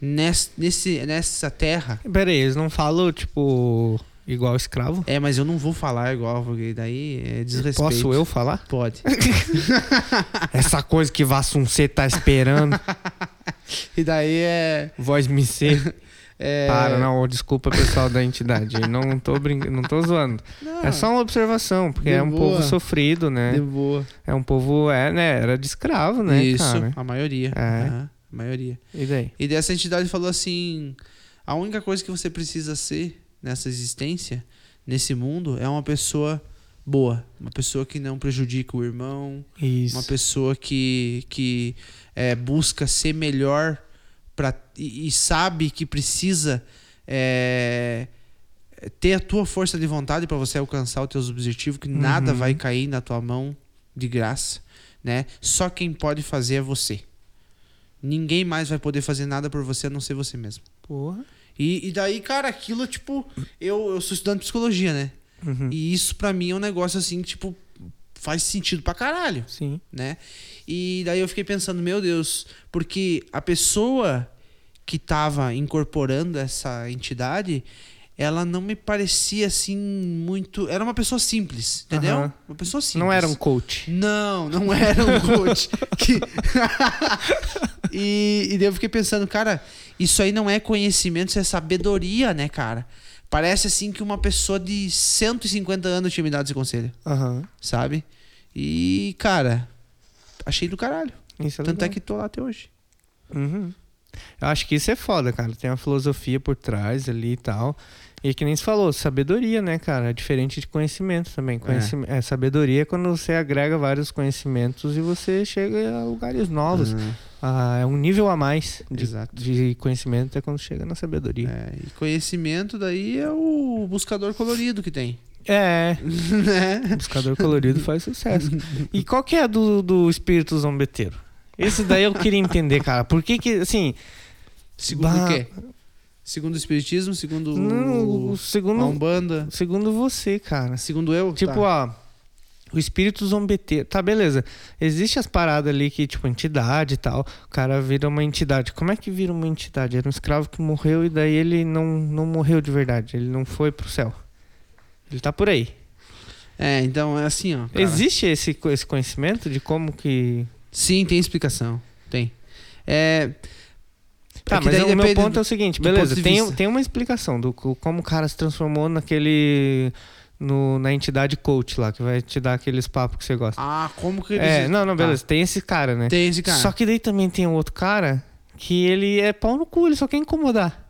Speaker 2: nes- nesse, nessa terra
Speaker 1: Pera aí, eles não falam, tipo, igual escravo?
Speaker 2: é, mas eu não vou falar igual, porque daí é desrespeito.
Speaker 1: Posso eu falar?
Speaker 2: Pode.
Speaker 1: Essa coisa que Vassuncê tá esperando,
Speaker 2: E daí é.
Speaker 1: voz me ser.
Speaker 2: é-
Speaker 1: Para, né? não, desculpa pessoal da entidade. Não tô brincando, não tô zoando. É só uma observação, porque
Speaker 2: De
Speaker 1: é um
Speaker 2: boa.
Speaker 1: povo sofrido, né?
Speaker 2: De boa.
Speaker 1: É um povo, é, né? Era de escravo, né,
Speaker 2: Isso,
Speaker 1: cara?
Speaker 2: a maioria.
Speaker 1: É.
Speaker 2: Aham, a maioria.
Speaker 1: E daí?
Speaker 2: E dessa entidade falou assim: a única coisa que você precisa ser nessa existência, nesse mundo, é uma pessoa boa. Uma pessoa que não prejudica o irmão,
Speaker 1: Isso.
Speaker 2: uma pessoa que, que é, busca ser melhor pra, e, e sabe que precisa é, ter a tua força de vontade para você alcançar os teus objetivos, que nada vai cair na tua mão de graça, né? Só quem pode fazer é você. Ninguém mais vai poder fazer nada por você a não ser você mesmo.
Speaker 1: Porra.
Speaker 2: E, e daí, cara, aquilo, tipo, eu, eu sou estudante de psicologia, né? E isso pra mim é um negócio assim, tipo, faz sentido pra caralho
Speaker 1: Sim.
Speaker 2: né? E daí eu fiquei pensando, meu Deus, porque a pessoa que tava incorporando essa entidade, ela não me parecia assim muito. Era uma pessoa simples, entendeu?
Speaker 1: Aham.
Speaker 2: Uma pessoa simples.
Speaker 1: Não era um coach.
Speaker 2: Não, não era um coach. Que- e, e daí eu fiquei pensando, cara, isso aí não é conhecimento, isso é sabedoria, né, cara? Parece assim que uma pessoa de 150 anos tinha me dado esse conselho
Speaker 1: Aham.
Speaker 2: sabe? E, cara, achei do caralho.
Speaker 1: Isso é
Speaker 2: Tanto é
Speaker 1: legal.
Speaker 2: que tô lá até hoje.
Speaker 1: Uhum. Eu acho que isso é foda, cara. Tem uma filosofia por trás ali e tal. E que nem se falou, sabedoria, né, cara? É diferente de conhecimento também. Conhecim- é, sabedoria é quando você agrega vários conhecimentos e você chega a lugares novos. Ah, é um nível a mais de,
Speaker 2: Exato.
Speaker 1: de conhecimento é quando chega na sabedoria.
Speaker 2: É, e conhecimento daí é o buscador colorido que tem.
Speaker 1: É,
Speaker 2: Né?
Speaker 1: buscador colorido faz sucesso. E qual que é do, do espírito zombeteiro? Esse daí eu queria entender, cara. Por que que, assim...
Speaker 2: Segundo
Speaker 1: bah,
Speaker 2: o quê? Segundo o Espiritismo, segundo
Speaker 1: Não, o
Speaker 2: a
Speaker 1: segundo,
Speaker 2: Umbanda,
Speaker 1: segundo você, cara.
Speaker 2: segundo eu?
Speaker 1: Tipo,
Speaker 2: tá.
Speaker 1: ó, O espírito zombeteiro. Tá, beleza. Existe as paradas ali que, tipo, entidade e tal. O cara vira uma entidade. Como é que vira uma entidade? Era um escravo que morreu e daí ele não, não morreu de verdade. Ele não foi pro céu. Ele tá por aí.
Speaker 2: É, então é assim, ó. cara. É
Speaker 1: Existe esse, co- esse conhecimento de como que.
Speaker 2: Sim, tem explicação. Tem. É.
Speaker 1: Tá,
Speaker 2: que
Speaker 1: mas
Speaker 2: daí
Speaker 1: o meu
Speaker 2: depende
Speaker 1: ponto
Speaker 2: do-
Speaker 1: é o seguinte,
Speaker 2: do
Speaker 1: beleza,
Speaker 2: ponto de
Speaker 1: tem,
Speaker 2: vista.
Speaker 1: tem uma explicação do co- como o cara se transformou naquele. no- na entidade coach lá, que vai te dar aqueles papos que você gosta.
Speaker 2: Ah, como que eles.
Speaker 1: é, não, não,
Speaker 2: Tá.
Speaker 1: beleza, tem esse cara, né?
Speaker 2: Tem esse cara.
Speaker 1: Só que daí também tem um outro cara que ele é pau no cu, ele só quer incomodar.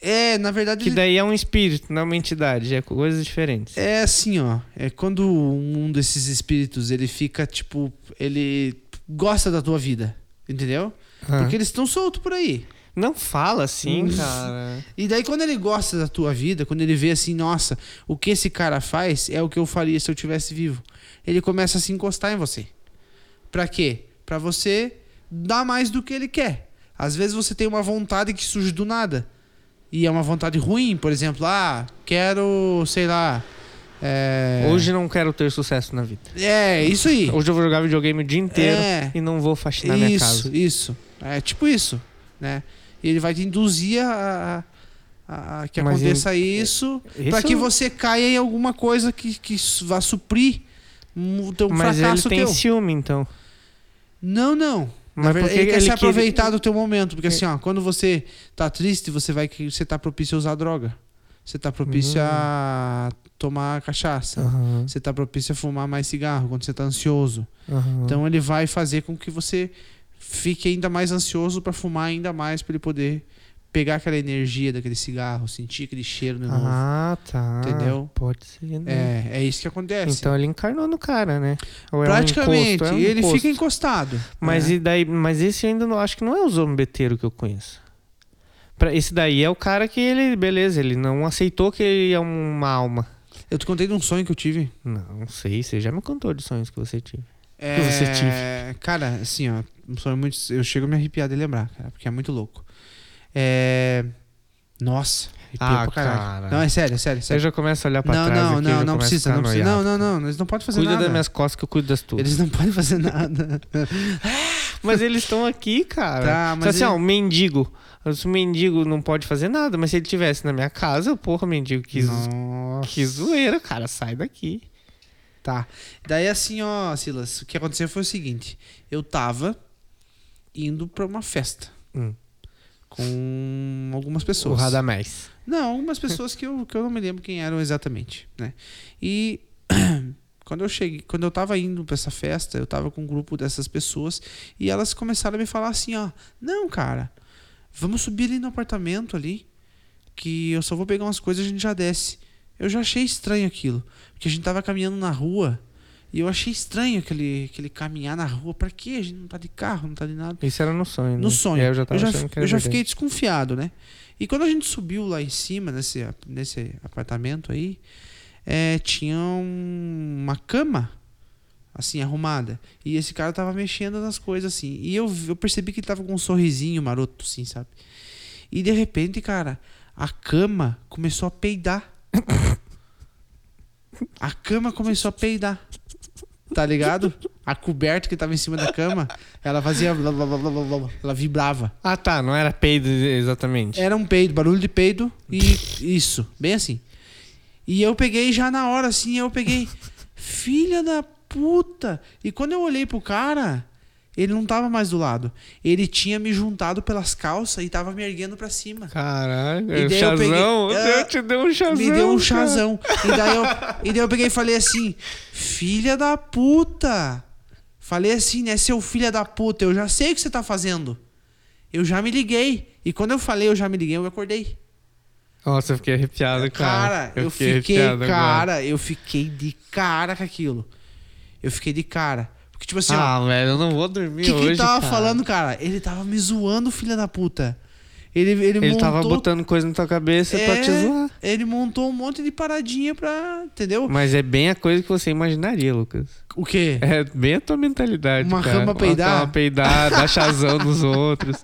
Speaker 2: É, na verdade.
Speaker 1: Que
Speaker 2: ele-
Speaker 1: daí é um espírito, não é uma entidade, é coisas diferentes.
Speaker 2: É assim, ó. É quando um desses espíritos ele fica, tipo. Ele gosta da tua vida. Entendeu?
Speaker 1: Ah.
Speaker 2: Porque eles estão soltos por aí.
Speaker 1: Não fala assim, cara.
Speaker 2: E daí, quando ele gosta da tua vida, quando ele vê assim, nossa, o que esse cara faz é o que eu faria se eu tivesse vivo. Ele começa a se encostar em você. Pra quê? Pra você dar mais do que ele quer. Às vezes você tem uma vontade que surge do nada. E é uma vontade ruim, por exemplo, ah, quero, sei lá. É,
Speaker 1: Hoje não quero ter sucesso na vida.
Speaker 2: é isso aí.
Speaker 1: Hoje eu vou jogar videogame o dia inteiro
Speaker 2: É.
Speaker 1: e não vou faxinar minha
Speaker 2: isso,
Speaker 1: casa.
Speaker 2: isso. É tipo isso, né? E ele vai te induzir a, a- a- a que
Speaker 1: Mas é,
Speaker 2: aconteça isso,
Speaker 1: isso-
Speaker 2: pra que você caia em alguma coisa que, que su- vá suprir um- o teu
Speaker 1: Mas ele
Speaker 2: fracasso
Speaker 1: tem
Speaker 2: teu.
Speaker 1: ciúme, então.
Speaker 2: Não, não.
Speaker 1: Mas
Speaker 2: Na verdade,
Speaker 1: porque
Speaker 2: ele
Speaker 1: ele
Speaker 2: quer
Speaker 1: É.
Speaker 2: se
Speaker 1: que-
Speaker 2: aproveitar do teu momento, porque assim, ó, quando você tá triste, você vai que você tá propício a usar droga. Você tá propício a tomar cachaça.
Speaker 1: Hum. Aham,
Speaker 2: Você tá propício a fumar mais cigarro quando você tá ansioso.
Speaker 1: aham.
Speaker 2: Então ele vai fazer com que você fique ainda mais ansioso pra fumar ainda mais pra ele poder pegar aquela energia daquele cigarro, sentir aquele cheiro de novo.
Speaker 1: ah, tá.
Speaker 2: Entendeu?
Speaker 1: Pode ser, né?
Speaker 2: É, é isso que acontece.
Speaker 1: Então ele encarnou no cara, né? Ou é um
Speaker 2: Praticamente,
Speaker 1: encosto, é um
Speaker 2: ele
Speaker 1: encosto.
Speaker 2: fica encostado.
Speaker 1: Mas
Speaker 2: né?
Speaker 1: e daí, mas esse eu ainda não acho que não é o zombeteiro que eu conheço. Pra, esse daí é o cara que ele, beleza, ele não aceitou que ele é uma alma.
Speaker 2: eu te contei de um sonho que eu tive.
Speaker 1: Não sei, você já me contou de sonhos que você tive.
Speaker 2: É,
Speaker 1: você
Speaker 2: Cara, assim, ó, um sonho muito. Eu chego a me arrepiar de lembrar, cara, porque é muito louco. É. Nossa, arrepio
Speaker 1: Ah,
Speaker 2: pra caralho.
Speaker 1: cara.
Speaker 2: Não, é sério, é sério, é
Speaker 1: Você
Speaker 2: sério.
Speaker 1: já começa a olhar pra
Speaker 2: Não,
Speaker 1: trás
Speaker 2: não,
Speaker 1: aqui,
Speaker 2: não,
Speaker 1: já
Speaker 2: não
Speaker 1: começa a
Speaker 2: precisa,
Speaker 1: ficar
Speaker 2: não precisa.
Speaker 1: noiado.
Speaker 2: Não, não, não, eles não podem fazer
Speaker 1: Cuida
Speaker 2: nada.
Speaker 1: das minhas costas que eu cuido das tuas.
Speaker 2: Eles não podem fazer nada.
Speaker 1: Mas eles estão aqui, cara.
Speaker 2: Tá, mas
Speaker 1: Só assim,
Speaker 2: ele-
Speaker 1: ó, um mendigo. O mendigo não pode fazer nada, mas se ele tivesse na minha casa, porra, mendigo, que, zo-
Speaker 2: Nossa.
Speaker 1: que zoeira, cara, sai daqui.
Speaker 2: Tá. Daí assim, ó, Silas, o que aconteceu foi o seguinte. Eu tava indo pra uma festa.
Speaker 1: Hum.
Speaker 2: Com algumas pessoas.
Speaker 1: O Radamés.
Speaker 2: Não, algumas pessoas que eu, que eu não me lembro quem eram exatamente, né? E quando eu cheguei, quando eu tava indo pra essa festa, eu tava com um grupo dessas pessoas e elas começaram a me falar assim, ó, não, cara, vamos subir ali no apartamento ali, que eu só vou pegar umas coisas e a gente já desce. Eu já achei estranho aquilo, porque a gente tava caminhando na rua e eu achei estranho aquele, aquele caminhar na rua, pra quê? A gente não tá de carro, não tá de nada.
Speaker 1: Isso era no sonho. né?
Speaker 2: No sonho.
Speaker 1: É, eu já tava achando
Speaker 2: fi-
Speaker 1: que era
Speaker 2: eu já
Speaker 1: verdade.
Speaker 2: fiquei desconfiado, né? E quando a gente subiu lá em cima, nesse, a- nesse apartamento aí, é, tinha um- uma cama, assim, arrumada. E esse cara tava mexendo nas coisas, assim. E eu, vi- eu percebi que ele tava com um sorrisinho maroto, assim, sabe? E de repente, cara, a cama começou a peidar. A cama começou a peidar. Tá ligado? A coberta que tava em cima da cama, ela fazia. blá, blá, blá, blá, blá, blá. Ela vibrava.
Speaker 1: Ah, tá. Não era peido exatamente.
Speaker 2: Era um peido, barulho de peido e isso, bem assim. E eu peguei já na hora, assim, eu peguei. Filha da puta! E quando eu olhei pro cara, ele não tava mais do lado. Ele tinha me juntado pelas calças e tava me erguendo pra cima.
Speaker 1: Caralho,
Speaker 2: E
Speaker 1: é um
Speaker 2: daí eu
Speaker 1: chazão.
Speaker 2: peguei-
Speaker 1: Deus
Speaker 2: Ah,
Speaker 1: te deu um chazão.
Speaker 2: Me deu um
Speaker 1: cara.
Speaker 2: chazão. E daí, eu, e daí eu peguei e falei assim: Filha da puta! Falei assim, né, seu filho da puta, eu já sei o que você tá fazendo. Eu já me liguei. E quando eu falei, eu já me liguei, eu acordei.
Speaker 1: Nossa, eu fiquei arrepiado, cara.
Speaker 2: Cara, eu fiquei,
Speaker 1: arrepiado agora.
Speaker 2: cara, eu fiquei de cara com aquilo. Eu fiquei de cara. Porque, tipo assim, ó,
Speaker 1: Ah, velho, eu não vou
Speaker 2: o
Speaker 1: dormir
Speaker 2: que, que
Speaker 1: hoje.
Speaker 2: ele tava
Speaker 1: cara.
Speaker 2: falando, cara? Ele tava me zoando, filha da puta. Ele, ele,
Speaker 1: Ele
Speaker 2: montou, É.
Speaker 1: tava botando coisa na tua cabeça pra te zoar.
Speaker 2: Ele montou um monte de paradinha pra. Entendeu?
Speaker 1: Mas é bem a coisa que você imaginaria, Lucas.
Speaker 2: O quê?
Speaker 1: É bem a tua mentalidade.
Speaker 2: Uma
Speaker 1: cara. tá
Speaker 2: cama peidar?
Speaker 1: Uma cama peidar, dar chazão nos outros.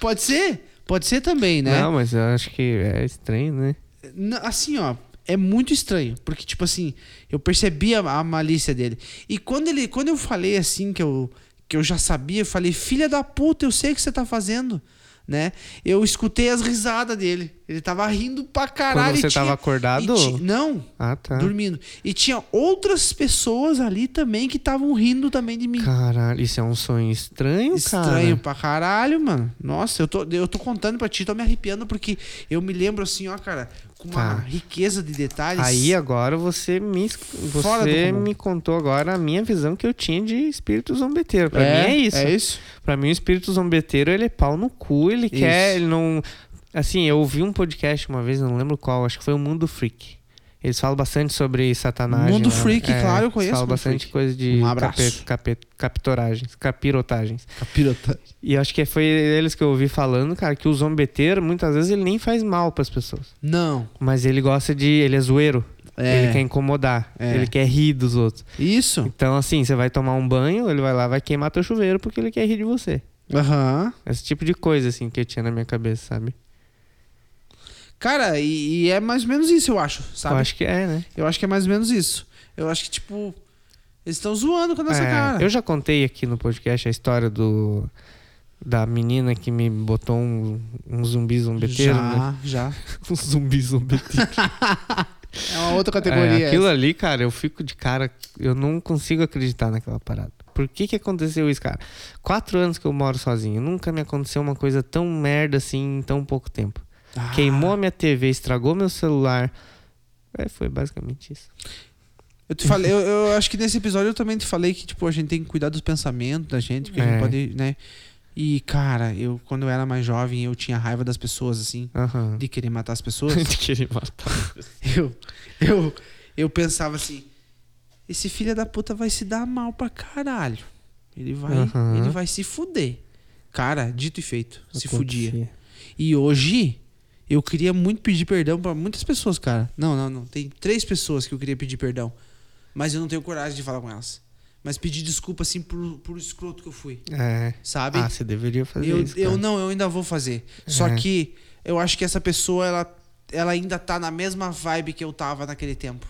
Speaker 2: Pode ser? Pode ser também, né?
Speaker 1: Não, mas eu acho que é estranho, né?
Speaker 2: N- Assim, ó, é muito estranho, porque, tipo assim, eu percebi a, a malícia dele. E quando, ele, quando eu falei assim, que eu, que eu já sabia, eu falei, filha da puta, eu sei o que você tá fazendo. Né? Eu escutei as risadas dele. Ele tava rindo pra caralho.
Speaker 1: Quando
Speaker 2: e
Speaker 1: você
Speaker 2: tinha-
Speaker 1: tava
Speaker 2: e
Speaker 1: acordado?
Speaker 2: ti- Não,
Speaker 1: Ah, tá.
Speaker 2: dormindo. E tinha outras pessoas ali também que estavam rindo também de mim.
Speaker 1: Caralho, isso é um sonho estranho, cara.
Speaker 2: Estranho pra caralho, mano. Nossa, eu tô, eu tô contando pra ti, tô me arrepiando porque eu me lembro assim, ó, cara, com uma
Speaker 1: Tá.
Speaker 2: riqueza de detalhes.
Speaker 1: Aí agora você me
Speaker 2: Fora do
Speaker 1: você
Speaker 2: comum.
Speaker 1: me contou agora a minha visão que eu tinha de espírito zombeteiro. Pra mim é isso.
Speaker 2: É isso?
Speaker 1: Pra mim o espírito zombeteiro ele é pau no cu, ele quer,
Speaker 2: Isso.
Speaker 1: ele não assim, eu ouvi um podcast uma vez, não lembro qual, acho que foi o Mundo Freak. Eles falam bastante sobre satanagem.
Speaker 2: Mundo
Speaker 1: lá. É,
Speaker 2: Freak, claro, eu
Speaker 1: Eles
Speaker 2: conheço
Speaker 1: falam
Speaker 2: Mundo
Speaker 1: bastante
Speaker 2: Freak.
Speaker 1: coisa de
Speaker 2: Um abraço.
Speaker 1: cape- cape- captoragens, capirotagens.
Speaker 2: Capirota.
Speaker 1: E acho que foi eles que eu ouvi falando, cara, que o zombeteiro muitas vezes ele nem faz mal pras pessoas,
Speaker 2: Não.
Speaker 1: mas ele gosta de, ele é zoeiro.
Speaker 2: É.
Speaker 1: Ele quer incomodar,
Speaker 2: É.
Speaker 1: ele quer rir dos outros.
Speaker 2: Isso?
Speaker 1: Então, assim, você vai tomar um banho, ele vai lá, vai queimar teu chuveiro porque ele quer rir de você.
Speaker 2: Aham.
Speaker 1: Esse tipo de coisa, assim, que eu tinha na minha cabeça, sabe?
Speaker 2: Cara, e, e é mais ou menos isso, eu acho, sabe?
Speaker 1: Eu acho que é, né?
Speaker 2: Eu acho que é mais ou menos isso. Eu acho que, tipo, eles estão zoando com a nossa
Speaker 1: É,
Speaker 2: cara.
Speaker 1: Eu já contei aqui no podcast a história do. Da menina que me botou um, um zumbi zombeteiro, né?
Speaker 2: já, já.
Speaker 1: Um zumbi zombeteiro.
Speaker 2: É uma outra
Speaker 1: É,
Speaker 2: categoria.
Speaker 1: aquilo
Speaker 2: essa.
Speaker 1: ali, cara, eu fico de cara. Eu não consigo acreditar naquela parada. Por que que aconteceu isso, cara? Quatro anos que eu moro sozinho. Nunca me aconteceu uma coisa tão merda assim em tão pouco tempo.
Speaker 2: Ah.
Speaker 1: Queimou a minha TV, estragou meu celular. É, foi basicamente isso.
Speaker 2: Eu te falei, eu, eu acho que nesse episódio eu também te falei que, tipo, a gente tem que cuidar dos pensamentos da gente, porque a gente
Speaker 1: É.
Speaker 2: pode, né? E, cara, eu, quando eu era mais jovem, eu tinha raiva das pessoas, assim,
Speaker 1: Aham.
Speaker 2: de querer matar as pessoas.
Speaker 1: De querer matar.
Speaker 2: eu, eu, eu pensava assim, esse filho da puta vai se dar mal pra caralho. Ele vai,
Speaker 1: Aham.
Speaker 2: ele vai se fuder. Cara, dito e feito, se fudia. E hoje eu queria muito pedir perdão pra muitas pessoas, cara. Não, não, não. Tem três pessoas que eu queria pedir perdão, mas eu não tenho coragem de falar com elas. Mas pedir desculpa assim por, por escroto que eu fui,
Speaker 1: É.
Speaker 2: sabe?
Speaker 1: Ah, você deveria fazer
Speaker 2: eu,
Speaker 1: isso.
Speaker 2: eu
Speaker 1: cara. É.
Speaker 2: não, eu ainda vou fazer. Só que eu acho que essa pessoa ela ela ainda tá na mesma vibe que eu tava naquele tempo.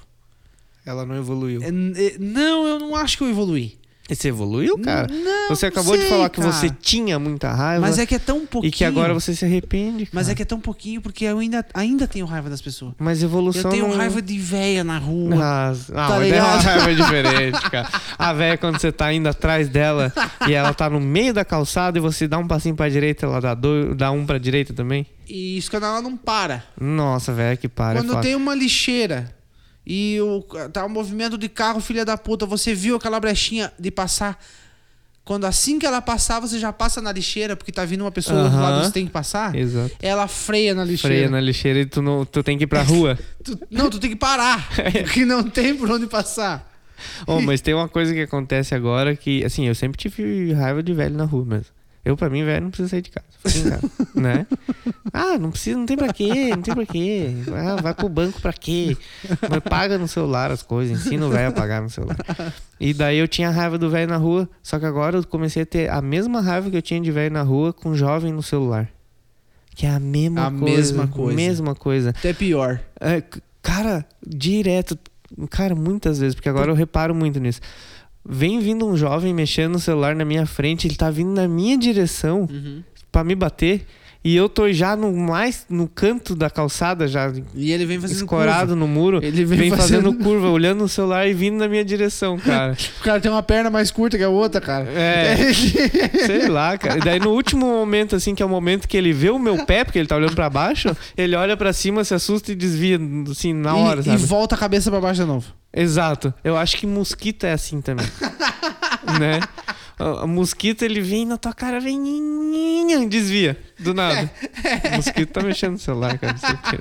Speaker 1: Ela não evoluiu.
Speaker 2: É, é, não, eu não acho que eu evoluí.
Speaker 1: E Você evoluiu, cara?
Speaker 2: Não,
Speaker 1: você
Speaker 2: não
Speaker 1: acabou de
Speaker 2: sei,
Speaker 1: falar que
Speaker 2: cara.
Speaker 1: você tinha muita raiva.
Speaker 2: Mas é que é tão pouquinho.
Speaker 1: E que agora você tá. se arrepende.
Speaker 2: Mas é
Speaker 1: cara.
Speaker 2: que é tão pouquinho porque eu ainda, ainda tenho raiva das pessoas.
Speaker 1: Mas evolução.
Speaker 2: Eu tenho
Speaker 1: não... é
Speaker 2: raiva de véia na rua.
Speaker 1: Ah, ah, mas daí é uma
Speaker 2: Tá ligado?
Speaker 1: raiva diferente, cara. A velha, quando você tá indo atrás dela e ela tá no meio da calçada e você dá um passinho pra direita, ela dá, dois, dá um pra direita também.
Speaker 2: E isso quando ela não para.
Speaker 1: Nossa, velho, que para. é
Speaker 2: quando
Speaker 1: foda.
Speaker 2: tem uma lixeira e o, tá um movimento de carro, filha da puta, você viu aquela brechinha de passar. Quando assim que ela passar, você já passa na lixeira, porque tá vindo uma pessoa do outro
Speaker 1: Aham.
Speaker 2: lado, você tem que passar.
Speaker 1: Exato.
Speaker 2: Ela freia na lixeira.
Speaker 1: Freia na lixeira e tu, não, tu tem que ir pra rua.
Speaker 2: Tu- não, tu tem que parar, porque não tem por onde passar.
Speaker 1: Oh, mas tem uma coisa que acontece agora que, assim, eu sempre tive raiva de velho na rua mesmo. Eu, pra mim, velho, não precisa sair de casa. Fica em casa, né? Ah, não precisa, não tem pra quê, não tem pra quê. Ah, vai pro banco pra quê? Mas paga no celular as coisas, ensina o velho a pagar no celular. E daí eu tinha raiva do velho na rua, só que agora eu comecei a ter a mesma raiva que eu tinha de velho na rua com jovem no celular. Que é a mesma
Speaker 2: A
Speaker 1: coisa.
Speaker 2: mesma coisa.
Speaker 1: Mesma coisa.
Speaker 2: Até pior.
Speaker 1: É, c- cara, direto. Cara, muitas vezes, porque agora eu reparo muito nisso. Vem vindo um jovem mexendo no celular na minha frente, ele tá vindo na minha direção
Speaker 2: Uhum.
Speaker 1: pra me bater. E eu tô já no mais no canto da calçada, já
Speaker 2: E ele vem fazendo
Speaker 1: escorado no muro.
Speaker 2: Ele vem
Speaker 1: vem fazendo...
Speaker 2: fazendo-
Speaker 1: curva, olhando no celular e vindo na minha direção, cara.
Speaker 2: curva. O cara tem uma perna mais curta que a outra, cara.
Speaker 1: É. Sei lá, cara. E daí no último momento, assim, que é o momento que ele vê o meu pé, porque ele tá olhando pra baixo, ele olha pra cima, se assusta e desvia, assim, na hora,
Speaker 2: e, e
Speaker 1: sabe?
Speaker 2: volta a cabeça pra baixo de novo.
Speaker 1: Exato. Eu acho que mosquito é assim também. né? O o mosquito, ele vem na tua cara, vem, nhinhinha, desvia, do nada. O mosquito tá mexendo no celular, cara. não sei por quê.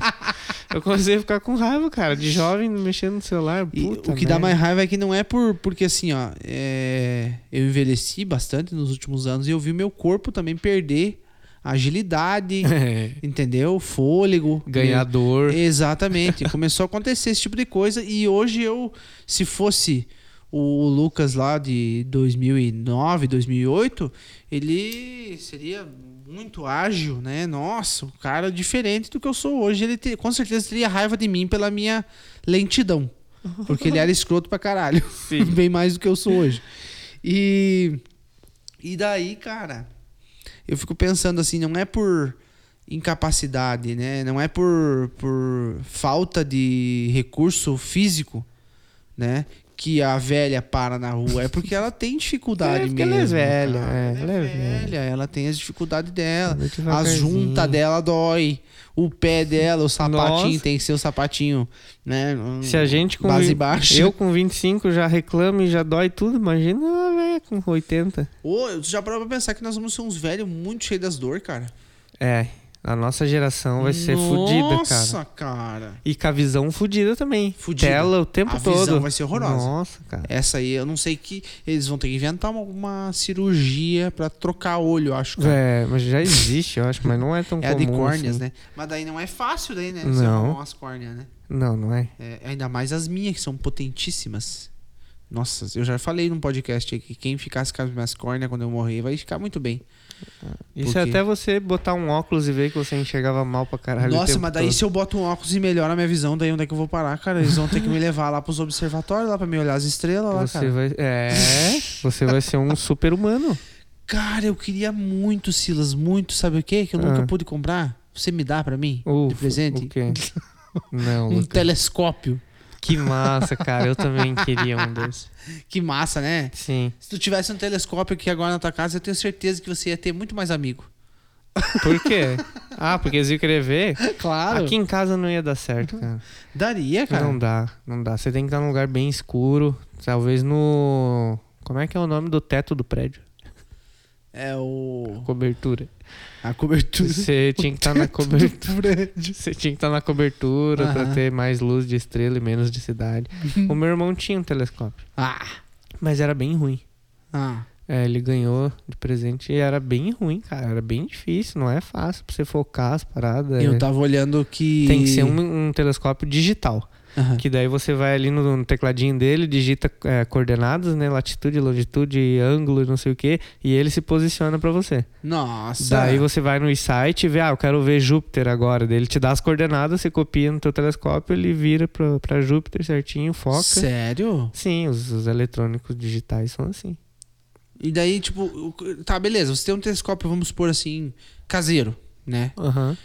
Speaker 1: Eu comecei a ficar com raiva, cara, de jovem mexendo no celular.
Speaker 2: E
Speaker 1: Puta
Speaker 2: o que dá
Speaker 1: merda.
Speaker 2: mais raiva é que não é por porque assim, ó, é, eu envelheci bastante nos últimos anos e eu vi meu corpo também perder agilidade,
Speaker 1: É.
Speaker 2: entendeu? Fôlego,
Speaker 1: Ganhar dor.
Speaker 2: Exatamente. Começou a acontecer esse tipo de coisa e hoje eu, se fosse o Lucas lá de 2009, 2008, ele seria muito ágil, né? Nossa, o cara é diferente do que eu sou hoje. Ele te- com certeza teria raiva de mim pela minha lentidão. Porque ele era escroto pra caralho. Bem mais do que eu sou hoje. E. E daí, cara, eu fico pensando assim, não é por incapacidade, né? Não é por, por falta de recurso físico, né? Que a velha para na rua. É porque ela tem dificuldade
Speaker 1: É, porque
Speaker 2: mesmo.
Speaker 1: ela é velha,
Speaker 2: cara.
Speaker 1: é, ela é
Speaker 2: velha. Ela tem as dificuldades dela.
Speaker 1: Muito
Speaker 2: A
Speaker 1: devagarzinho.
Speaker 2: junta dela dói. O pé dela, o sapatinho,
Speaker 1: Nossa.
Speaker 2: tem que ser o sapatinho, né?
Speaker 1: Se a gente com
Speaker 2: Base
Speaker 1: vi-
Speaker 2: baixa.
Speaker 1: eu com 25 já reclamo e já dói tudo, imagina uma velha com 80.
Speaker 2: Ô, tu já parou pra pensar que nós vamos ser uns velhos muito cheios das dor, cara.
Speaker 1: É, a nossa geração vai ser fudida, cara.
Speaker 2: Nossa, cara.
Speaker 1: E com a visão fudida também.
Speaker 2: Fudida.
Speaker 1: Tela o tempo
Speaker 2: A
Speaker 1: todo.
Speaker 2: visão vai ser horrorosa. É.
Speaker 1: Nossa, cara.
Speaker 2: Essa aí, eu não sei que. Eles vão ter que inventar uma, uma cirurgia pra trocar olho, eu acho. Cara.
Speaker 1: É, mas já existe, eu acho, mas não é tão comum.
Speaker 2: É, a de córneas,
Speaker 1: assim.
Speaker 2: né? Mas daí não é fácil, daí, né?
Speaker 1: Não.
Speaker 2: Você arrumar umas córneas, né?
Speaker 1: Não, não é.
Speaker 2: É, ainda mais as minhas, que são potentíssimas. Nossa, eu já falei num podcast aí que quem ficasse com as minhas córneas quando eu morrer vai ficar muito bem.
Speaker 1: Isso
Speaker 2: Por
Speaker 1: é
Speaker 2: quê?
Speaker 1: até você botar um óculos e ver que você enxergava mal pra caralho. o
Speaker 2: Nossa,
Speaker 1: tempo
Speaker 2: mas daí
Speaker 1: todo.
Speaker 2: se eu boto um óculos e melhora a minha visão, daí onde é que eu vou parar, cara? Eles vão ter que me levar lá pros observatórios, lá pra me olhar as estrelas lá,
Speaker 1: você
Speaker 2: cara.
Speaker 1: vai. É. Você vai ser um super humano.
Speaker 2: Cara, eu queria muito, Silas, muito, sabe o quê? Que eu nunca
Speaker 1: Ah.
Speaker 2: pude comprar. Você me dá pra mim? de
Speaker 1: Ufa,
Speaker 2: presente?
Speaker 1: o quê? Não,
Speaker 2: Um
Speaker 1: Lucas.
Speaker 2: telescópio.
Speaker 1: Que massa, cara. Eu também queria um desse.
Speaker 2: Que massa, né?
Speaker 1: Sim.
Speaker 2: Se tu tivesse um telescópio aqui agora na tua casa, eu tenho certeza que você ia ter muito mais amigo.
Speaker 1: Por quê? Ah, porque eles iam querer ver?
Speaker 2: Claro. Então.
Speaker 1: Aqui em casa não ia dar certo, cara.
Speaker 2: Daria, cara.
Speaker 1: Não dá, não dá. Você tem que estar num lugar bem escuro. Talvez no. Como é que é o nome do teto do prédio?
Speaker 2: É o.
Speaker 1: Cobertura.
Speaker 2: A cobertura.
Speaker 1: Você tinha que estar na cobertura.
Speaker 2: do prédio.
Speaker 1: Você tinha que estar na cobertura
Speaker 2: Aham.
Speaker 1: pra ter mais luz de estrela e menos de cidade. o meu irmão tinha um telescópio,
Speaker 2: Ah.
Speaker 1: mas era bem ruim.
Speaker 2: Ah.
Speaker 1: É, ele ganhou de presente e era bem ruim, cara. Era bem difícil, não é fácil pra você focar as paradas.
Speaker 2: Eu
Speaker 1: É-
Speaker 2: tava olhando que.
Speaker 1: Tem que ser um, um telescópio digital.
Speaker 2: Aham.
Speaker 1: Que daí você vai ali no, no tecladinho dele, digita é, coordenadas, né? Latitude, longitude, ângulo e não sei o quê. E ele se posiciona pra você.
Speaker 2: Nossa.
Speaker 1: Daí você vai no site e vê, ah, eu quero ver Júpiter agora. Daí ele te dá as coordenadas, você copia no teu telescópio, ele vira pra, pra Júpiter certinho, foca.
Speaker 2: Sério?
Speaker 1: Sim, os, os eletrônicos digitais são assim.
Speaker 2: E daí, tipo, o- tá, beleza, você tem um telescópio, vamos supor assim, caseiro, né?
Speaker 1: Aham.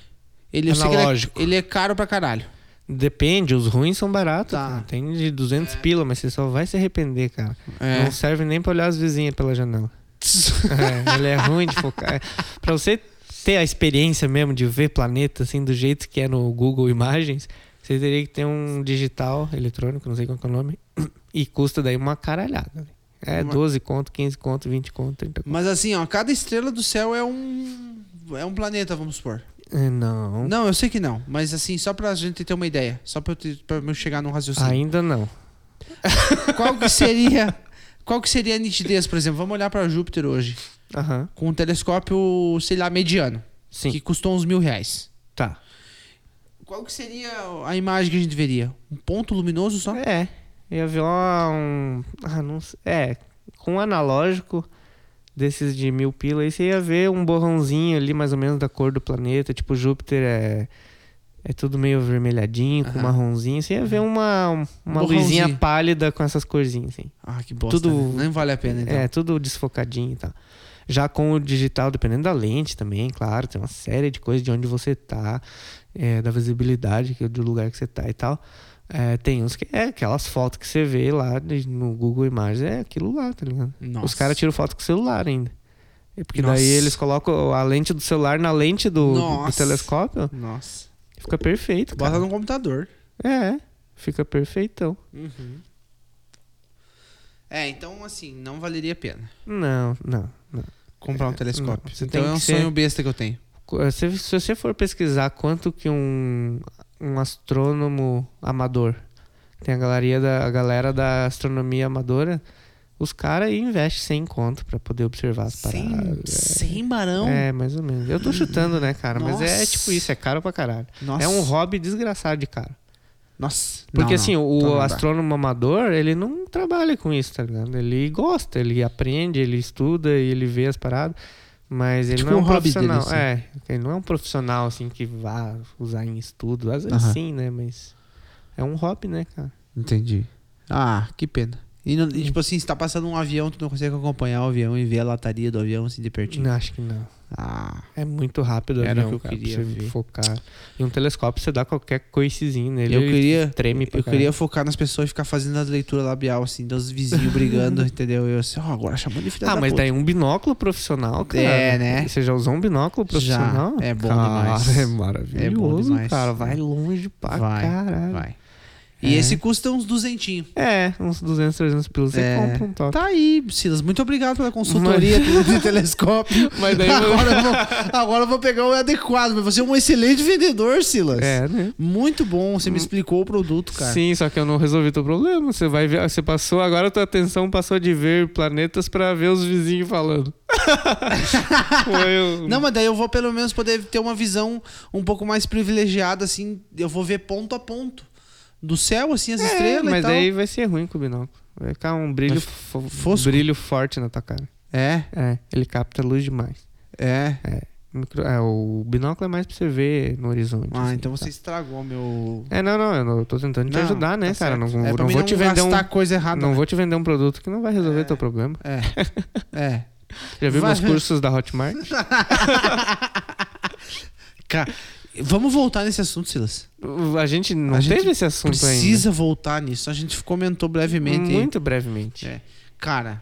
Speaker 2: Ele, eu sei que ele é-
Speaker 1: Analógico.
Speaker 2: ele é caro pra caralho.
Speaker 1: Depende, os ruins são baratos.
Speaker 2: Tá.
Speaker 1: cara. Tem de 200 pila, mas você só vai se arrepender, cara.
Speaker 2: É.
Speaker 1: Não serve nem pra olhar as vizinhas pela janela. É, ele é ruim de focar. É, Pra você ter a experiência mesmo de ver planeta assim do jeito que é no Google Imagens, você teria que ter um digital eletrônico, não sei qual que é o nome, e custa daí uma caralhada. né? É 12 conto, 15 conto, 20 conto, 30 conto.
Speaker 2: Mas assim, ó, cada estrela do céu é um. É um planeta, vamos supor.
Speaker 1: É, Não,
Speaker 2: Não, eu sei que não. Mas assim, só pra gente ter uma ideia. Só pra eu, ter- pra eu chegar num raciocínio.
Speaker 1: ainda não.
Speaker 2: Qual que seria. Qual que seria a nitidez, por exemplo? Vamos olhar pra Júpiter hoje.
Speaker 1: Aham.
Speaker 2: Com um telescópio, sei lá, mediano.
Speaker 1: Sim.
Speaker 2: Que custou uns mil reais.
Speaker 1: Tá.
Speaker 2: Qual que seria a imagem que a gente veria? Um ponto luminoso só?
Speaker 1: É. Ia ver uma- um. Ah, não sei. É. Com um analógico desses de mil pila, aí você ia ver um borrãozinho ali, mais ou menos, da cor do planeta. Tipo, Júpiter é. É tudo meio avermelhadinho, com marronzinho. Você ia ver uma, um- uma
Speaker 2: Uhum. Borrãozinho.
Speaker 1: luzinha pálida com essas corzinhas, assim.
Speaker 2: Ah, que bosta.
Speaker 1: Tudo-
Speaker 2: né? Nem vale a pena, então.
Speaker 1: É, tudo desfocadinho e tal. Já com o digital, dependendo da lente também, claro, tem uma série de coisas de onde você tá, é, da visibilidade que- do lugar que você tá e tal. É, tem uns que é aquelas fotos que você vê lá de- no Google Imagens, é aquilo lá, tá ligado?
Speaker 2: Nossa.
Speaker 1: Os caras tiram foto com o celular ainda. É porque
Speaker 2: Nossa.
Speaker 1: daí eles colocam a lente do celular na lente do, do- do
Speaker 2: Nossa.
Speaker 1: telescópio,
Speaker 2: Nossa.
Speaker 1: fica perfeito.
Speaker 2: Bota
Speaker 1: Cara.
Speaker 2: no computador.
Speaker 1: É, fica perfeitão.
Speaker 2: É, então assim, não valeria a pena
Speaker 1: Não, não, não.
Speaker 2: comprar um telescópio.
Speaker 1: não, você
Speaker 2: então
Speaker 1: tem
Speaker 2: é um
Speaker 1: que ser-
Speaker 2: sonho besta que eu tenho.
Speaker 1: eh, Se, se você for pesquisar quanto que um, um astrônomo amador tem a galeria da a galera da astronomia amadora, os caras investem 100 conto pra poder observar as
Speaker 2: Sem,
Speaker 1: paradas.
Speaker 2: sem barão?
Speaker 1: É, mais ou menos. Eu tô chutando, né, cara? Mas é
Speaker 2: Nossa.
Speaker 1: tipo isso, é caro pra caralho.
Speaker 2: Nossa.
Speaker 1: É um hobby desgraçado de cara.
Speaker 2: Nossa.
Speaker 1: Porque
Speaker 2: Não,
Speaker 1: assim,
Speaker 2: não.
Speaker 1: o
Speaker 2: Então não dá.
Speaker 1: astrônomo amador, ele não trabalha com isso, tá ligado? Ele gosta, ele aprende, ele estuda e ele vê as paradas. Mas ele
Speaker 2: Tipo
Speaker 1: não é um,
Speaker 2: um hobby dele,
Speaker 1: profissional.
Speaker 2: assim.
Speaker 1: É, ele não é um profissional assim que vá usar em estudo. Às vezes
Speaker 2: Aham.
Speaker 1: sim, né? Mas é um hobby, né, cara?
Speaker 2: Entendi. Ah, que pena. E, não-
Speaker 1: Hum.
Speaker 2: e, tipo assim, se tá passando um avião, tu não consegue acompanhar o avião e ver a lataria do avião assim de pertinho.
Speaker 1: Não, acho que não.
Speaker 2: Ah,
Speaker 1: É muito rápido o
Speaker 2: Era
Speaker 1: avião,
Speaker 2: o que eu
Speaker 1: cara, pra você
Speaker 2: queria ver.
Speaker 1: focar. E um telescópio você dá qualquer coicezinha nele.
Speaker 2: eu
Speaker 1: ele
Speaker 2: queria.
Speaker 1: Treme pra
Speaker 2: eu queria focar nas pessoas e ficar fazendo a leitura labial, assim, dos vizinhos brigando, entendeu? Eu assim, ó, agora chamou de filha
Speaker 1: Ah,
Speaker 2: da
Speaker 1: mas
Speaker 2: puta.
Speaker 1: daí um binóculo profissional, cara.
Speaker 2: É, né?
Speaker 1: Você já usou um binóculo profissional?
Speaker 2: É bom
Speaker 1: Cara,
Speaker 2: demais.
Speaker 1: É maravilhoso,
Speaker 2: É bom demais.
Speaker 1: cara. Vai longe pra
Speaker 2: Vai,
Speaker 1: caralho.
Speaker 2: vai. E
Speaker 1: É.
Speaker 2: esse custa uns duzentinho.
Speaker 1: É, uns 200, 300 pilos você
Speaker 2: É.
Speaker 1: compra um top.
Speaker 2: Tá aí, Silas. Muito obrigado pela consultoria de telescópio.
Speaker 1: Mas daí-
Speaker 2: agora, eu vou, agora eu vou pegar o adequado. Mas você é um excelente vendedor, Silas.
Speaker 1: É, né?
Speaker 2: Muito bom. Você me explicou o produto, cara.
Speaker 1: Sim, só que eu não resolvi teu problema. Você vai ver, você passou, agora a tua atenção passou de ver planetas pra ver os vizinhos falando. Foi um- o-
Speaker 2: Não, mas daí eu vou pelo menos poder ter uma visão um pouco mais privilegiada, assim. Eu vou ver ponto a ponto. Do céu, assim, as
Speaker 1: É,
Speaker 2: estrelas
Speaker 1: mas
Speaker 2: e tal.
Speaker 1: daí vai ser ruim com o binóculo. Vai ficar um brilho,
Speaker 2: Mas
Speaker 1: fo-
Speaker 2: fosco.
Speaker 1: brilho forte na tua cara.
Speaker 2: É,
Speaker 1: É, ele capta luz demais.
Speaker 2: é.
Speaker 1: Micro- é, o binóculo é mais pra você ver no horizonte.
Speaker 2: Ah,
Speaker 1: assim,
Speaker 2: então
Speaker 1: tá?
Speaker 2: você estragou meu.
Speaker 1: É, não, não, eu não- eu tô tentando te
Speaker 2: Não,
Speaker 1: ajudar, né,
Speaker 2: tá
Speaker 1: cara? Não,
Speaker 2: certo.
Speaker 1: não,
Speaker 2: é, pra
Speaker 1: não
Speaker 2: mim
Speaker 1: vou te vender um.
Speaker 2: gastar coisa errada. né?
Speaker 1: Não vou te vender um produto que não vai resolver teu problema.
Speaker 2: É.
Speaker 1: Já viu
Speaker 2: Vai-
Speaker 1: meus cursos da Hotmart?
Speaker 2: Cara, vamos voltar nesse assunto, Silas.
Speaker 1: A gente não
Speaker 2: A gente
Speaker 1: teve esse assunto ainda.
Speaker 2: Precisa voltar nisso. A gente comentou brevemente. aí.
Speaker 1: Muito brevemente.
Speaker 2: É. Cara,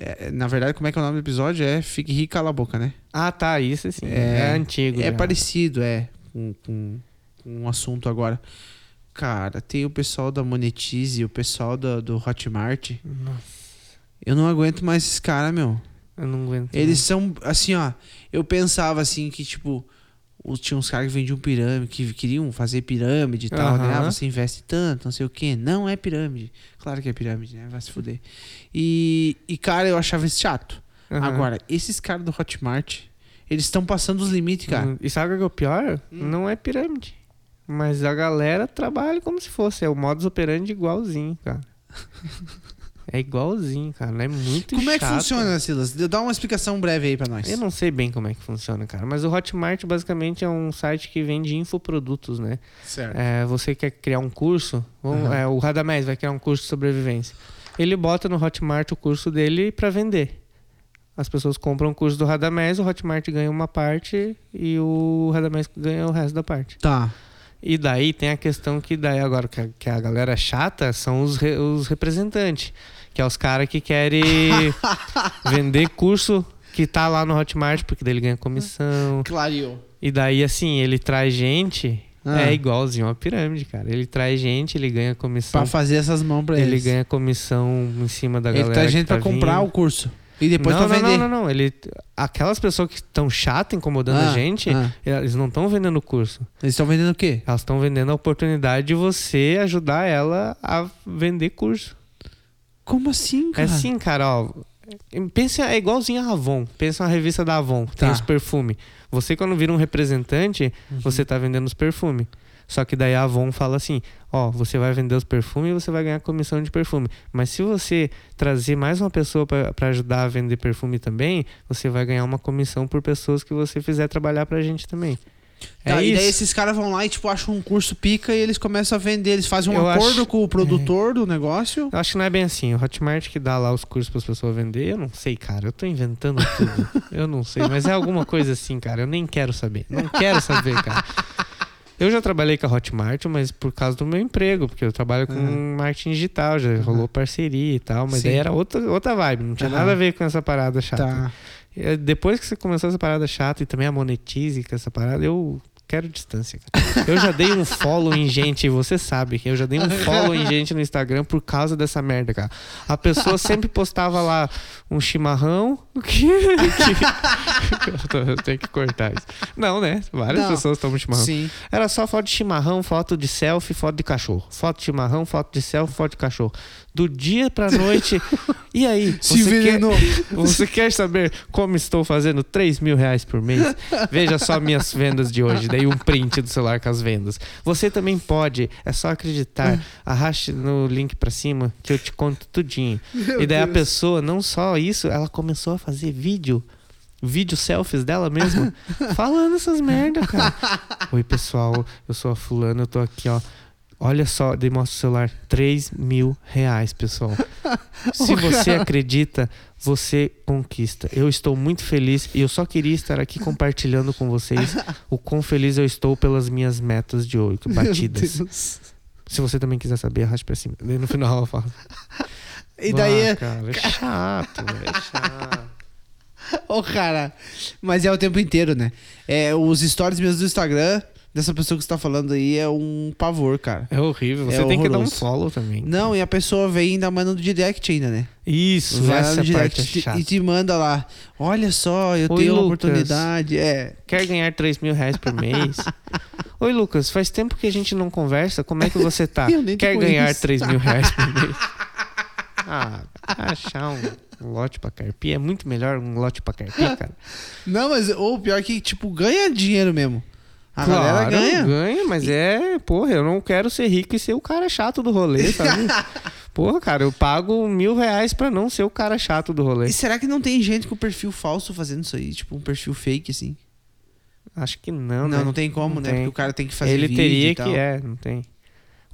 Speaker 2: é, na verdade, como é que é o nome do episódio? É Fique Rico e Cala a Boca, né?
Speaker 1: Ah, tá, isso sim. É,
Speaker 2: É,
Speaker 1: antigo.
Speaker 2: É
Speaker 1: já.
Speaker 2: parecido, é, com, com, com um assunto agora. Cara, tem o pessoal da Monetize, o pessoal do, do Hotmart. Eu não aguento mais esses caras, meu.
Speaker 1: Eu não aguento.
Speaker 2: Eles são, assim, ó. Eu pensava, assim, que, tipo, os- tinha uns caras que vendiam pirâmide, que queriam fazer pirâmide e tal, né? Ah,
Speaker 1: Aham.
Speaker 2: você investe tanto, não sei o quê. Não é pirâmide. Claro que é pirâmide, né? Vai se fuder. E, e cara, eu achava isso chato.
Speaker 1: Aham.
Speaker 2: Agora, esses caras do Hotmart, eles estão passando os limites, cara. Hum.
Speaker 1: Hum, E sabe o que é o pior? Não é pirâmide. Mas a galera trabalha como se fosse. É o modus operandi igualzinho, cara. é igualzinho, cara. É muito
Speaker 2: Como é que
Speaker 1: chato.
Speaker 2: funciona, Silas? Dá uma explicação breve aí pra nós.
Speaker 1: Eu não sei bem como é que funciona, cara. Mas o Hotmart basicamente é um site que vende infoprodutos, né?
Speaker 2: Certo.
Speaker 1: É, você quer criar um curso, vamos- é, o Radamés vai criar um curso de sobrevivência. Ele bota no Hotmart o curso dele para vender. As pessoas compram o curso do Radamés, o Hotmart ganha uma parte e o Radamés ganha o resto da parte.
Speaker 2: Tá.
Speaker 1: E daí tem a questão que daí agora que a, que a galera chata são os, re- os representantes, que é os caras que querem vender curso que tá lá no Hotmart, porque daí ele ganha comissão.
Speaker 2: Clareou.
Speaker 1: E daí, assim, ele traz gente.
Speaker 2: Ah.
Speaker 1: É igualzinho uma pirâmide, cara. Ele traz gente, ele ganha comissão.
Speaker 2: Pra fazer essas mãos pra
Speaker 1: Então, ele
Speaker 2: eles.
Speaker 1: ganha comissão em cima da galera.
Speaker 2: Ele tá
Speaker 1: que
Speaker 2: gente pra comprar
Speaker 1: vindo.
Speaker 2: o curso. E depois tá
Speaker 1: não,
Speaker 2: pra
Speaker 1: não,
Speaker 2: vender.
Speaker 1: Não, não, não. Ele, aquelas pessoas que estão chatas, incomodando
Speaker 2: Ah,
Speaker 1: a gente,
Speaker 2: ah.
Speaker 1: eles não estão vendendo o curso.
Speaker 2: Eles estão vendendo o quê?
Speaker 1: Elas estão vendendo a oportunidade de você ajudar ela a vender curso.
Speaker 2: Como assim,
Speaker 1: É
Speaker 2: cara?
Speaker 1: assim, cara, ó. Pensa, é igualzinho a Avon. Pensa na revista da Avon. Tem
Speaker 2: Tá. Uhum.
Speaker 1: os perfumes. Você, quando vira um representante, você tá vendendo os perfumes. Só que daí a Avon fala assim: ó, você vai vender os perfumes e você vai ganhar comissão de perfume. Mas se você trazer mais uma pessoa pra pra ajudar a vender perfume também, você vai ganhar uma comissão por pessoas que você fizer trabalhar pra gente também. é
Speaker 2: Tá, e daí
Speaker 1: isso.
Speaker 2: esses caras vão lá e, tipo, acham um curso pica e eles começam a vender. Eles fazem um
Speaker 1: Eu
Speaker 2: acordo
Speaker 1: acho-
Speaker 2: com o produtor do negócio.
Speaker 1: Eu acho que não é bem assim. O Hotmart que dá lá os cursos para as pessoas vender, eu não sei, cara. Eu tô inventando tudo. eu não sei, mas é alguma coisa assim, cara. Eu nem quero saber. Não quero saber, cara. Eu já trabalhei com a Hotmart, mas por causa do meu emprego, porque eu trabalho com marketing digital, já rolou parceria e tal, mas
Speaker 2: Ah. Sim.
Speaker 1: daí era outra, outra vibe, não tinha
Speaker 2: Aham.
Speaker 1: nada a ver com essa parada chata.
Speaker 2: Tá.
Speaker 1: É, Depois que você começou essa parada chata e também a monetize com essa parada, eu quero distância, cara. Eu já dei um follow em gente, você sabe que eu já dei um follow em gente no Instagram por causa dessa merda, cara. A pessoa sempre postava lá um chimarrão. O quê? Eu tô- eu tenho que cortar isso. Não, né? Várias
Speaker 2: Não.
Speaker 1: pessoas tomam chimarrão.
Speaker 2: Sim.
Speaker 1: Era só foto de chimarrão, foto de selfie, foto de cachorro. Foto de chimarrão, foto de selfie, foto de cachorro. Do dia pra noite. E aí?
Speaker 2: Se
Speaker 1: você quer-
Speaker 2: envenenou.
Speaker 1: você quer saber como estou fazendo 3 mil reais por mês? Veja só minhas vendas de hoje. Daí um print do celular com as vendas. Você também pode, é só acreditar. Arraste no link pra cima que eu te conto tudinho. e daí a pessoa, não só isso, ela começou a fazer vídeo vídeo selfies dela mesma, falando essas merda, cara. Oi, pessoal, eu sou a fulana, eu tô aqui, ó. Olha só, demonstra o celular. 3 mil reais, pessoal. Se você acredita, você conquista. Eu estou muito feliz e eu só queria estar aqui compartilhando com vocês o quão feliz eu estou pelas minhas metas de oito batidas.
Speaker 2: Deus.
Speaker 1: Se você também quiser saber, arraste pra cima. Daí No final ela fala.
Speaker 2: E daí,
Speaker 1: "Ah, cara, é chato, velho, é chato.
Speaker 2: Ô, cara, mas é o tempo inteiro, né? É, os stories mesmo do Instagram dessa pessoa que você tá falando aí é um pavor, cara.
Speaker 1: É horrível. Você
Speaker 2: É
Speaker 1: tem que dar um
Speaker 2: horroroso.
Speaker 1: follow também.
Speaker 2: Não, e a pessoa vem e ainda manda no direct ainda, né?
Speaker 1: Isso,
Speaker 2: Vai lá
Speaker 1: essa
Speaker 2: no direct
Speaker 1: parte é
Speaker 2: te-
Speaker 1: chata.
Speaker 2: e te manda lá. Olha só, eu
Speaker 1: Oi,
Speaker 2: tenho uma
Speaker 1: Lucas.
Speaker 2: oportunidade. É.
Speaker 1: Quer ganhar 3 mil reais por mês? Oi, Lucas, faz tempo que a gente não conversa. Como é que você tá?
Speaker 2: Eu nem te
Speaker 1: Quer ganhar
Speaker 2: conheço.
Speaker 1: 3 mil reais por mês? Ah, achar um lote pra carpi é muito melhor um lote pra carpi,
Speaker 2: Ah,
Speaker 1: cara.
Speaker 2: Não, mas ou pior que, tipo, ganha dinheiro mesmo. A galera ganha.
Speaker 1: ganha, mas é, porra, eu não quero ser rico e ser o cara chato do rolê, sabe? porra, cara, eu pago mil reais pra não ser o cara chato do rolê.
Speaker 2: E será que não tem gente com perfil falso fazendo isso aí? Tipo, um perfil fake, assim?
Speaker 1: Acho que não,
Speaker 2: Não,
Speaker 1: né?
Speaker 2: não, tem como, né?
Speaker 1: tem.
Speaker 2: Porque o cara tem que fazer
Speaker 1: Ele
Speaker 2: vídeo
Speaker 1: teria
Speaker 2: e tal.
Speaker 1: que, é, não tem.